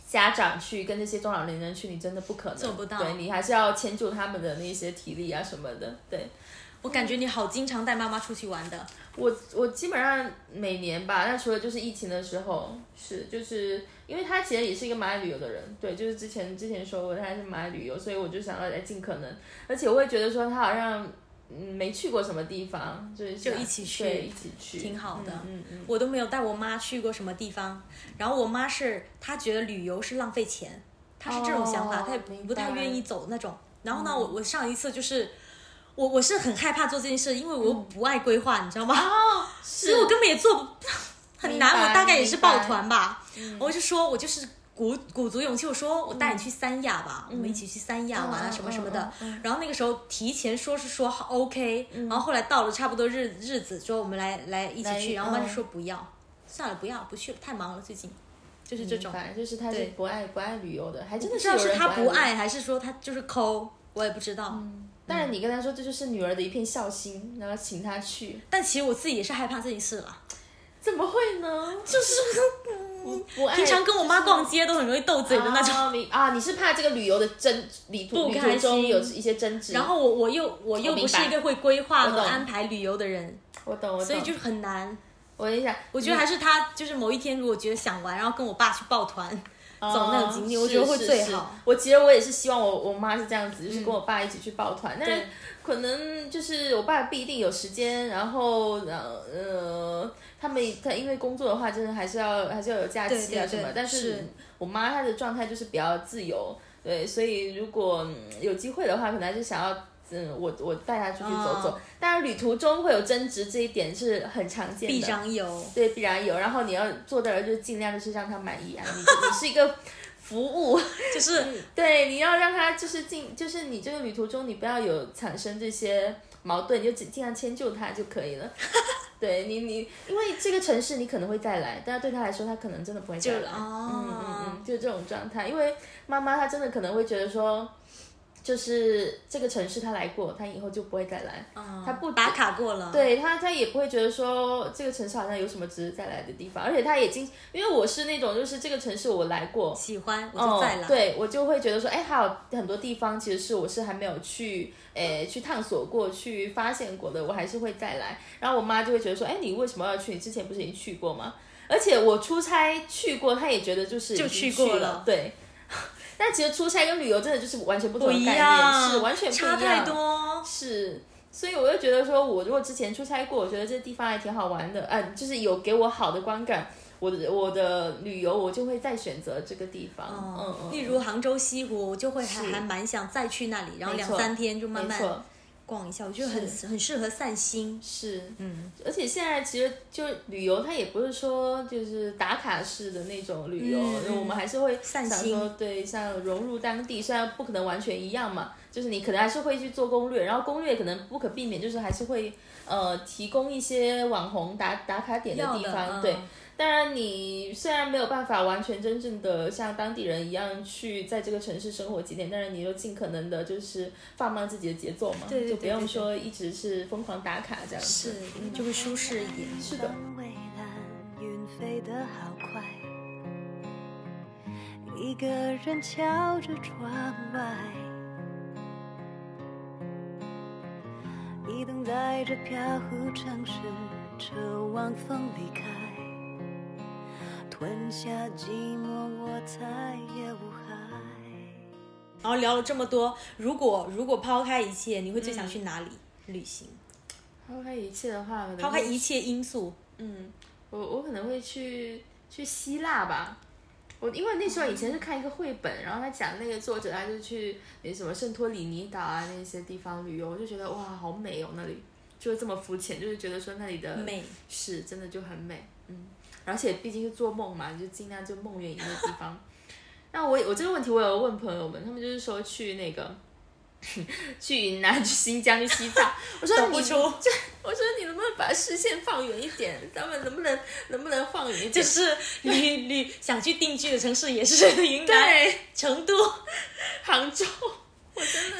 S1: 家长去，跟这些中老年人去，你真的不可能
S2: 做不到
S1: 对你还是要迁就他们的那些体力啊什么的。对
S2: 我感觉你好经常带妈妈出去玩的，
S1: 我，我基本上每年吧，那除了就是疫情的时候，是就是因为他其实也是一个蛮爱旅游的人，对，就是之前之前说过他是蛮爱旅游，所以我就想要来尽可能，而且我也觉得说他好像嗯没去过什么地方，就是想
S2: 就一起去
S1: 对一起去，
S2: 挺好的。
S1: 嗯嗯
S2: 我都没有带我妈去过什么地方。然后我妈是她觉得旅游是浪费钱，她是这种想法，
S1: 哦
S2: 她也
S1: 明
S2: 不太
S1: 白嗯
S2: 愿意走那种。然后呢，我我上一次就是。我我是很害怕做这件事，因为我又
S1: 嗯
S2: 不爱规划，你知道吗？
S1: 哦，
S2: 所以
S1: 是
S2: 我根本也做不很难。
S1: 明白
S2: 我大概也是
S1: 明白嗯
S2: 抱团吧，我就说我就是鼓鼓足勇气，我说我带你去三亚吧，我们一起去三亚玩啊
S1: 嗯
S2: 什么什么
S1: 嗯
S2: 的
S1: 嗯。
S2: 然后那个时候提前说是说好 OK，然后后来到了差不多日日子，说我们来来一起
S1: 来
S2: 去，然后妈就
S1: 嗯
S2: 说不要，算了不要不去了，太忙了最近，就是这种
S1: 明。白就是他是
S2: 对
S1: 不爱不爱旅游的，还真
S2: 不
S1: 的
S2: 知
S1: 有
S2: 道是
S1: 人
S2: 他
S1: 不
S2: 不
S1: 旅游。
S2: 爱，嗯还是说他就是抠，我也不知道。
S1: 当然，你跟他说这就是女儿的一片孝心，然后请他去，
S2: 但其实我自己也是害怕这件事了，
S1: 怎么会呢？
S2: 就是
S1: 不不爱
S2: 平常跟我妈
S1: 就是
S2: 逛街都很容易斗嘴的那种。
S1: 哎啊你啊，你是怕这个旅游的争旅途
S2: 不
S1: 旅
S2: 开
S1: 途
S2: 心
S1: 中有一些争执，
S2: 然后我我又我又
S1: 我明
S2: 不是
S1: 白
S2: 一个会规划
S1: 我
S2: 和
S1: 懂
S2: 安排旅游的人，
S1: 我懂我懂，嗯
S2: 所以就是很难。
S1: 我一想，
S2: 我觉得还是他就是某一天如果觉得想玩，然后跟我爸去抱团，
S1: 你
S2: 走那种景点，
S1: 哦
S2: 我觉得会
S1: 是
S2: 最
S1: 是
S2: 好嗯
S1: 是。我其实我也是希望我我妈是这样子，就是跟我爸一起去抱团，但是
S2: 对
S1: 可能就是我爸不一定有时间，然后然后呃，他们他因为工作的话，真的还是要还是要有假
S2: 对
S1: 期
S2: 对
S1: 啊
S2: 对
S1: 什么，但
S2: 是
S1: 我妈她的状态就是比较自由，对，所以如果、嗯有机会的话，可能还是想要。嗯，我我带她出去走走
S2: 哦，
S1: 当然、旅途中会有争执，这一点是很常见的。
S2: 必然有。
S1: 对，必然有。然后你要做到的就是尽量就是让他满意啊，你你是一个服务，
S2: 就是
S1: 对，你要让他就是尽，就是你这个旅途中你不要有产生这些矛盾，你就尽尽量迁就他就可以了。对你你，因为这个城市你可能会再来，但是对他来说，他可能真的不会再
S2: 就
S1: 来。嗯嗯
S2: 哦
S1: 嗯，就这种状态，因为妈妈她真的可能会觉得说。就是这个城市他来过，他以后就不会再来。
S2: 嗯
S1: 他不
S2: 打卡过了，，
S1: 嗯对他，他也不会觉得说这个城市好像有什么值得再来的地方，而且他已经，因为我是那种就是这个城市我来过，
S2: 喜欢我就再来。
S1: 哦、对我就会觉得说，哎，还有很多地方其实是我是还没有去，诶，
S2: 嗯
S1: 去探索过、去发现过的，我还是会再来。然后我妈就会觉得说，哎，你为什么要去？你之前不是已经去过吗？而且我出差去过，她也觉得就是
S2: 就
S1: 已经
S2: 去过
S1: 了，
S2: 了
S1: 对。 但其实出差跟旅游真的就是完全不同
S2: 不一
S1: 的概念，
S2: 样，
S1: 是完全不一
S2: 差
S1: 样，
S2: 太多。
S1: 是。所以我就觉得说，我如果之前出差过，我觉得这地方还挺好玩的，嗯、就是有给我好的观感，我的我的旅游我就会再选择这个地方，嗯嗯，
S2: 例如杭州西湖，我就会还
S1: 是
S2: 还蛮想再去那里，然后
S1: 没
S2: 两
S1: 错
S2: 三天就慢
S1: 没
S2: 慢
S1: 错，
S2: 逛一下，我觉得很
S1: 是
S2: 很适合散心。
S1: 是，
S2: 嗯，
S1: 而且现在其实就旅游，它也不是说就是打卡式的那种旅游，
S2: 嗯
S1: 因为我们还是会
S2: 散
S1: 想说
S2: 心，
S1: 对，像融入当地，虽然不可能完全一样嘛，就是你可能还是会去做攻略，然后攻略可能不可避免就是还是会呃提供一些网红打打卡点的
S2: 要
S1: 地方，
S2: 嗯
S1: 对。当然，你虽然没有办法完全真正的像当地人一样去在这个城市生活几天，但是你就尽可能的就是放慢自己的节奏嘛，
S2: 对对对
S1: 就不用
S2: 对对
S1: 说一直是疯狂打卡这样
S2: 是
S1: 子。嗯
S2: 就会舒适一点。
S1: 是的，
S3: 蔚蓝，云飞得好快。一个人瞧着窗外，一等待着飘忽城市，奢望风离开，吞下寂寞，我猜也无害。
S2: 然后聊了这么多，如果如果抛开一切，你会最
S1: 嗯
S2: 想去哪里旅行？
S1: 抛开一切的话，可能
S2: 抛开
S1: 会
S2: 一切因素，
S1: 嗯，我我可能会去去希腊吧。我因为那时候以前是看一个绘本，然后他讲那个作者他就去那什么圣托里尼岛啊那些地方旅游，我就觉得哇好美哦那里，就是这么肤浅，就是觉得说那里的
S2: 美
S1: 是真的就很美，嗯，而且毕竟是做梦嘛，你就尽量就梦远一点的地方。 那我我这个问题我有问朋友们，他们就是说去那个 去云南、去新疆、去西藏，我说
S2: 走
S1: 你
S2: 不出，
S1: 我说你能不能把视线放远一点？咱们能不能能不能放远一点？
S2: 就是旅旅想去定居的城市也是 云南、
S1: 对
S2: 成都，
S1: 杭州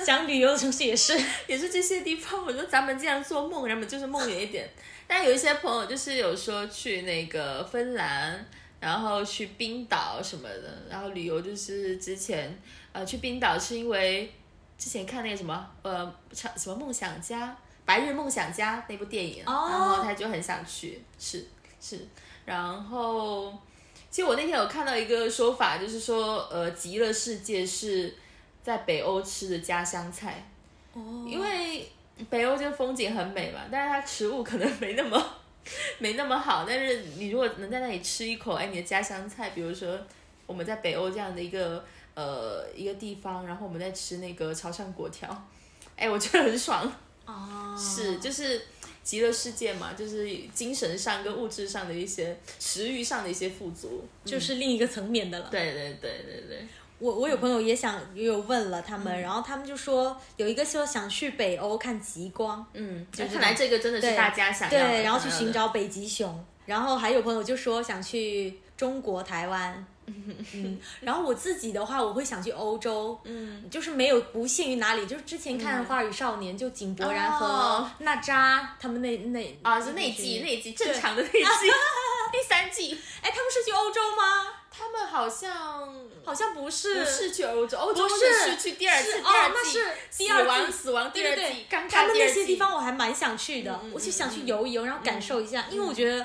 S2: 想旅游的城市也是。
S1: 也是这些地方。我说咱们经常做梦，咱们就是梦远一点。 但有一些朋友就是有说去那个芬兰，然后去冰岛什么的，然后旅游就是之前呃去冰岛是因为之前看那个什么呃长什么梦想家。白日梦想家那部电影
S2: 哦
S1: 然后他就很想去，是是，然后其实我那天有看到一个说法，就是说，呃，极乐世界是在北欧吃的家乡菜，
S2: 哦，
S1: 因为北欧就风景很美嘛，但是它食物可能 没那么没那么好。但是你如果能在那里吃一口，哎，你的家乡菜，比如说我们在北欧这样的一个呃一个地方，然后我们在吃那个潮汕粿条，哎，我觉得很爽。
S2: 哦，
S1: 是，就是极乐世界嘛，就是精神上跟物质上的一些食欲上的一些富足。
S2: 就是另一个层面的了。
S1: 对嗯对对对对，
S2: 我我有朋友也想也有问了他
S1: 嗯
S2: 们，然后他们就说有一个说想去北欧看极光，
S1: 嗯，
S2: 就
S1: 哎
S2: 是
S1: 看来这个真的是
S2: 对
S1: 大家想要的
S2: 对，然后去
S1: 想要
S2: 寻
S1: 的
S2: 找北极熊。然后还有朋友就说想去中国 台湾，嗯，然后我自己的话，我会想去欧洲，
S1: 嗯，
S2: 就是没有不限于哪里，就是之前看
S1: 嗯
S2: 《花儿与少年》，就井柏然
S1: 哦
S2: 和娜扎他们那那
S1: 啊，是那
S2: 那
S1: 季
S2: 群
S1: 那季正常的 那季，第三季
S2: 哎，他们是去欧洲吗？
S1: 他们好像
S2: 好像不是，
S1: 不是去欧洲，欧洲
S2: 不
S1: 是
S2: 是
S1: 是去第二次，
S2: 是
S1: 第二
S2: 哦那
S1: 季
S2: 是第
S1: 死
S2: 二
S1: 亡
S2: 季
S1: 死亡第
S2: 对
S1: 二
S2: 对
S1: 季
S2: 对，，
S1: 尴
S2: 他
S1: 尬
S2: 们
S1: 第二
S2: 那
S1: 季
S2: 些地方我还蛮想去的，
S1: 嗯嗯
S2: 我就想去游一游，然后感受一下，因为我觉得。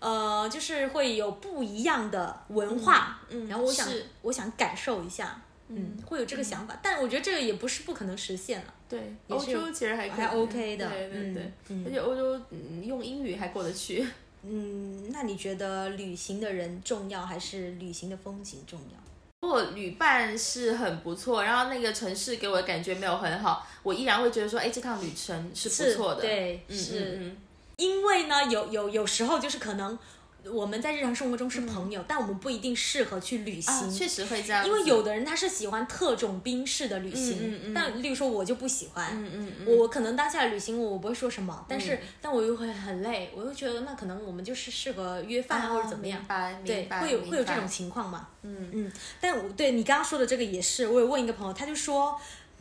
S2: 呃，就是会有不一样的文化，
S1: 嗯嗯
S2: 然后我想
S1: 是，
S2: 我想感受一下，嗯，会有这个想法，但我觉得这个也不是不可能实现了，
S1: 对
S2: 也
S1: 欧
S2: 是有
S1: 洲其实还可以
S2: 还 OK 的
S1: 对对对
S2: 嗯嗯，
S1: 而且欧洲嗯用英语还过得去。
S2: 嗯，那你觉得旅行的人重要还是旅行的风景重要？
S1: 如果旅伴是很不错，然后那个城市给我的感觉没有很好，我依然会觉得说，哎，这趟旅程是不错的。
S2: 对，
S1: 嗯，
S2: 是，
S1: 嗯
S2: 因为呢，有有有时候就是可能我们在日常生活中是朋友，但我们不一定适合去旅
S1: 嗯
S2: 行，
S1: 啊，确实会这样子，
S2: 因为有的人他是喜欢特种兵式的旅行，
S1: 嗯嗯嗯
S2: 但例如说我就不喜欢，
S1: 嗯嗯嗯，
S2: 我我可能当下旅行我我不会说什么，但是、但我又会很累，我又觉得那可能我们就是适合约饭啊或者怎么样
S1: 嗯明。白，
S2: 对
S1: 明，白
S2: 会有
S1: 明
S2: 会有这
S1: 白
S2: 种情况嘛？嗯嗯，但我对你刚刚说的这个也是，我有问一个朋友，他就说，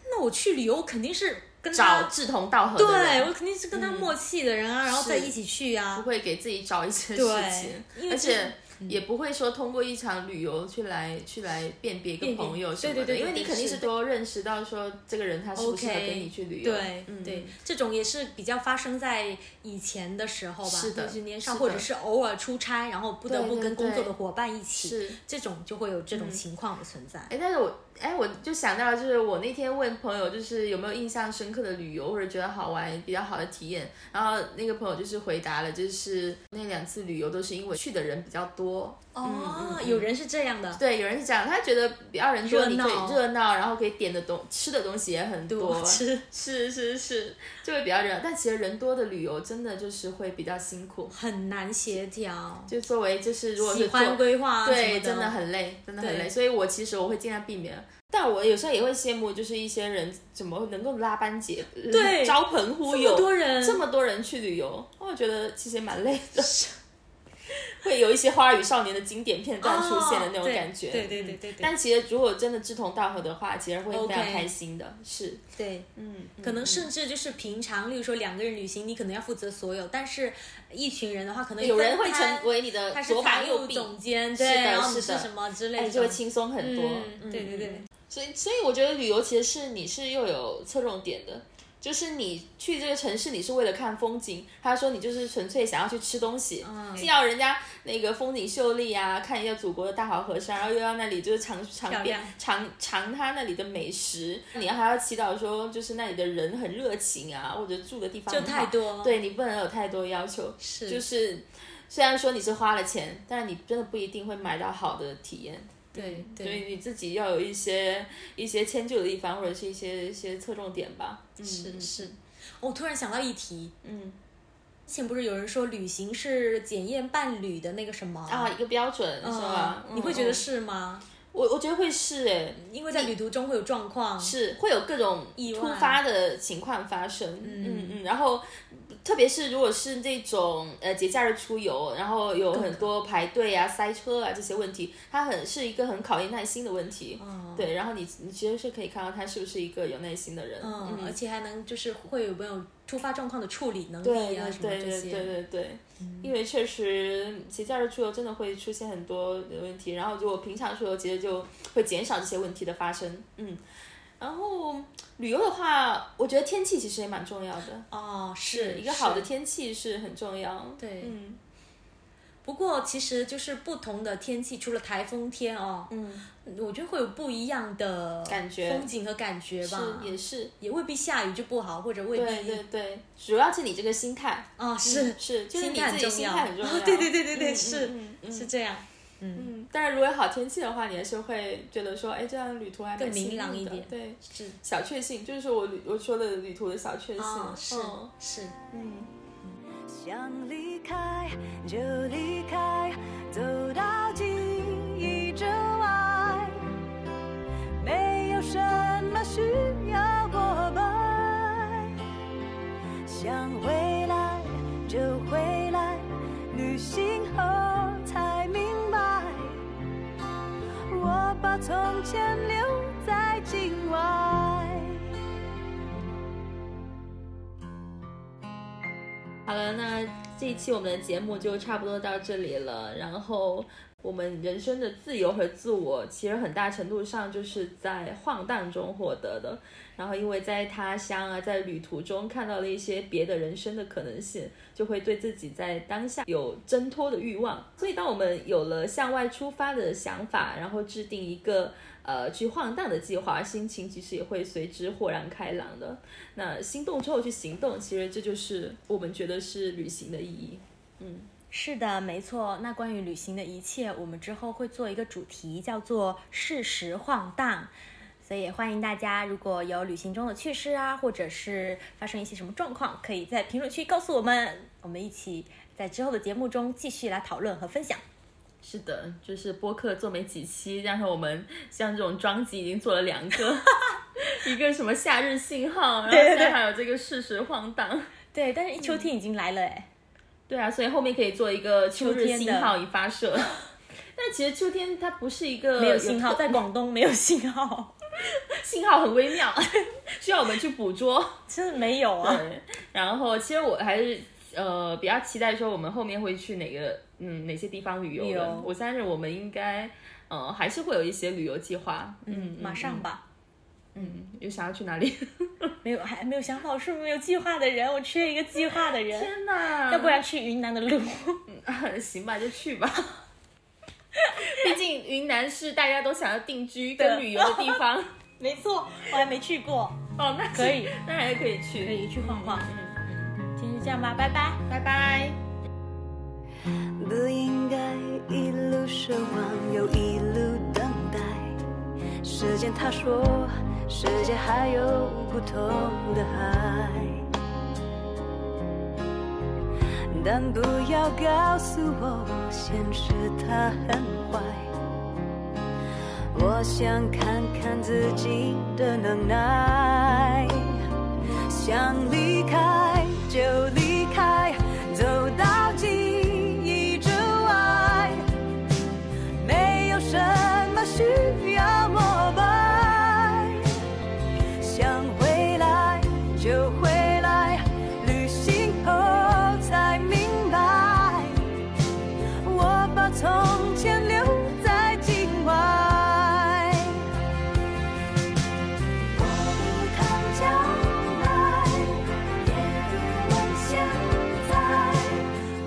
S2: 那我去旅游我肯定是跟
S1: 找
S2: 他，
S1: 志同道合的
S2: 对
S1: 人，嗯
S2: 我肯定是跟他默契的人啊，然后再一起去
S1: 不
S2: 啊。
S1: 会给自己找一些事
S2: 对
S1: 情，
S2: 因为嗯
S1: 而
S2: 这
S1: 且也不会说通过一场旅游去来去来辨别一个
S2: 辨别
S1: 朋友什么的，
S2: 对对对对
S1: 因为你肯定
S2: 是
S1: 是多认识到说这个人他是不适合
S2: OK，
S1: 跟你去旅游
S2: 对、
S1: 嗯
S2: 对，这种也是比较发生在以前的时候吧，
S1: 是的
S2: 就是年少
S1: 是
S2: 或者
S1: 的
S2: 是偶尔出差，然后不得
S1: 对
S2: 不
S1: 对
S2: 跟工作
S1: 对
S2: 的伙伴一起，
S1: 是。嗯
S2: 这种就会有这种情况的存在。
S1: 哎，但是我哎，我就想到，就是我那天问朋友，就是有没有印象深刻的旅游或者觉得好玩、比较好的体验，然后那个朋友就是回答了，就是那两次旅游都是因为去的人比较多。
S2: 哦，有人是这样的，
S1: 对，有人是这样，他觉得比较人多，
S2: 热
S1: 你可
S2: 闹
S1: 以热闹，然后可以点的东吃的东西也很多，
S2: 吃
S1: 是是是，就会比较热闹。但其实人多的旅游真的就是会比较辛苦，
S2: 很难协调，
S1: 就作为就是如果
S2: 喜
S1: 是
S2: 欢
S1: 做
S2: 规划啊什么
S1: 对，
S2: 的
S1: 真的很累，真的很
S2: 对
S1: 累。所以我其实我会尽量避免，但我有时候也会羡慕，就是一些人怎么能够拉班结，
S2: 对
S1: 招朋忽悠，
S2: 这么多人
S1: 这么多人去旅游，我觉得其实蛮累的。 会有一些《花儿与少年》的经典片段出现的那
S2: 哦
S1: 种
S2: 对
S1: 感觉，
S2: 对对对
S1: 嗯
S2: 对对
S1: 但其实如果真的志同道合的话，其实会非常
S2: OK
S1: 开心的。是，
S2: 对。
S1: 嗯，
S2: 可能
S1: 嗯
S2: 甚至就是平常，例如说两个人旅行，你可能要负责所有，但是一群人的话，可能
S1: 有人会
S2: 分摊
S1: 成为你的
S2: 他是
S1: 左
S2: 财
S1: 膀
S2: 务
S1: 右臂，
S2: 总监，
S1: 是
S2: 对，
S1: 的
S2: 然后你
S1: 是的
S2: 什么之类
S1: 哎，
S2: 的，
S1: 就会轻松很多。
S2: 嗯，对对对，
S1: 所以，所以我觉得旅游其实是你是又有侧重点的，就是你去这个城市，你是为了看风景。他说你就是纯粹想要去吃东西，
S2: 嗯
S1: 既要人家那个风景秀丽啊，看一下祖国的大好河山，然后又要那里就是尝
S2: 漂
S1: 尝遍
S2: 亮
S1: 尝尝他那里的美食，你还要祈祷说就是那里的人很热情啊，或者住的地方
S2: 就
S1: 很
S2: 太
S1: 好
S2: 多
S1: 对你不能有太多要求。
S2: 是
S1: 就是虽然说你是花了钱，但是你真的不一定会买到好的体验。
S2: 对
S1: 所以
S2: 对
S1: 你自己要有一些一些迁就的地方，或者是一些一些侧重点吧。嗯
S2: 是是。我哦突然想到一题，
S1: 嗯
S2: 之前不是有人说旅行是检验伴侣的那个什么
S1: 啊，？一个标准是吧
S2: 嗯？你
S1: 嗯
S2: 会觉得
S1: 嗯
S2: 是吗？
S1: 我我觉得会是诶，
S2: 因为在旅途中会有状况，
S1: 是会有各种
S2: 意外
S1: 突发的情况发生。嗯嗯，然后特别是如果是这种呃节假日出游，然后有很多排队啊、塞车啊这些问题，它很是一个很考验耐心的问题。
S2: 嗯
S1: 对，然后你你其实是可以看到他是不是一个有耐心的人。
S2: 嗯，而
S1: 嗯
S2: 且还能就是会有没有突发状况的处理能
S1: 对
S2: 力啊，什么
S1: 对
S2: 这
S1: 对
S2: 些，嗯
S1: 对对对，因为确实节假日出游真的会出现很多的问题，然后如果平常出游，其实就会减少这些问题的发生。嗯，然后旅游的话，我觉得天气其实也蛮重要的，
S2: 哦，是
S1: 一个好的
S2: 是
S1: 天气是很重要。
S2: 对
S1: 嗯
S2: 不过其实就是不同的天气，除了台风天哦，
S1: 嗯，
S2: 我觉得会有不一样的
S1: 感觉
S2: 风景和感觉吧，
S1: 是也是，
S2: 嗯也未必下雨就不好，或者未必
S1: 对对对，主要是你这个心态。
S2: 哦，是
S1: 嗯是就是
S2: 心
S1: 你
S2: 态
S1: 自己
S2: 重
S1: 心
S2: 要，
S1: 态很重
S2: 哦
S1: 要
S2: 对对对对对，
S1: 嗯
S2: 是、
S1: 嗯嗯
S2: 是这样，
S1: 嗯，但是如果有好天气的话，你还是会觉得说，哎，这样旅途还蛮
S2: 更明
S1: 幸运
S2: 朗一
S1: 的
S2: 点
S1: 对，
S2: 是
S1: 小确幸，就是我旅我说的旅途的小确幸。
S2: 哦，是、
S1: 嗯
S2: 是，
S1: 嗯，
S3: 想离开就离开，走到记忆之外，没有什么需要过拜。想回来就回来，旅行后才明白，我把从前留在境外。
S1: 好了，那这一期我们的节目就差不多到这里了。然后我们人生的自由和自我，其实很大程度上就是在晃荡中获得的。然后因为在他乡啊，在旅途中看到了一些别的人生的可能性，就会对自己在当下有挣脱的欲望。所以当我们有了向外出发的想法，然后制定一个呃去晃荡的计划，心情其实也会随之豁然开朗的。那心动之后去行动，其实这就是我们觉得是旅行的意义。
S2: 是的，没错。那关于旅行的一切，我们之后会做一个主题，叫做“适时晃荡”。所以也欢迎大家，如果有旅行中的趣事啊，或者是发生一些什么状况，可以在评论区告诉我们，我们一起在之后的节目中继续来讨论和分享。
S1: 是的，就是播客做没几期，但是我们像这种专辑已经做了两 个，一个什么夏日信号，然后
S2: 对对
S1: 现
S2: 对
S1: 在还有这个适时晃荡。
S2: 对，但是秋天已经来了，哎、
S1: 对啊，所以后面可以做一个秋
S2: 秋
S1: 日
S2: 天的
S1: 信号已发射。 但其实秋天它不是一个
S2: 没有信号，
S1: 特
S2: 在广东没有信号。
S1: 信号很微妙， 需要我们去捕捉。
S2: 真的没有啊。
S1: 对，然后其实我还是呃比较期待说我们后面会去哪个嗯哪些地方旅游的。
S2: 旅游
S1: 我相信我们应该呃还是会有一些旅游计划。嗯，
S2: 马上吧，
S1: 嗯，有想要去哪里？
S2: 没有还没有想好，是没有计划的人，我缺一个计划的人，
S1: 天哪！
S2: 要不然去云南的路。
S1: 行吧，就去吧。毕竟云南是大家都想要定居跟旅游的地方。
S2: 没错，我还没去过，
S1: 哦，那
S2: 可以，
S1: 那还可以去，
S2: 可以去晃晃。
S1: 嗯，
S2: 今天就这样吧，拜拜。
S1: 拜拜。
S6: 不应该一路奢望又一路等待。时间他说，世界还有不同的海，但不要告诉我现实它很坏。我想看看自己的能耐。想离开就离开，走到记忆之外，没有什么需要膜拜。想回来就回来，旅行后才明白，我把从前留在境外。我不看将来，也不问现在，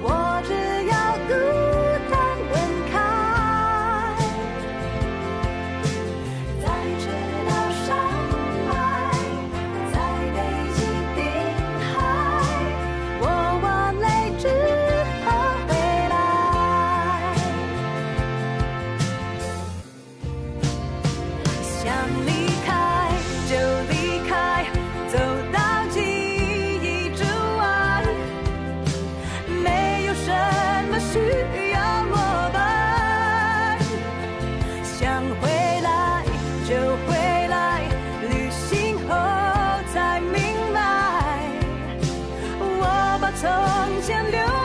S6: 我只要孤单滚开。在赤道上海，在北极冰海，我往泪之后回来。想离开就离开，走到记忆之外，没有什么需要膜拜。想回来就回来，旅行后才明白，我把从前留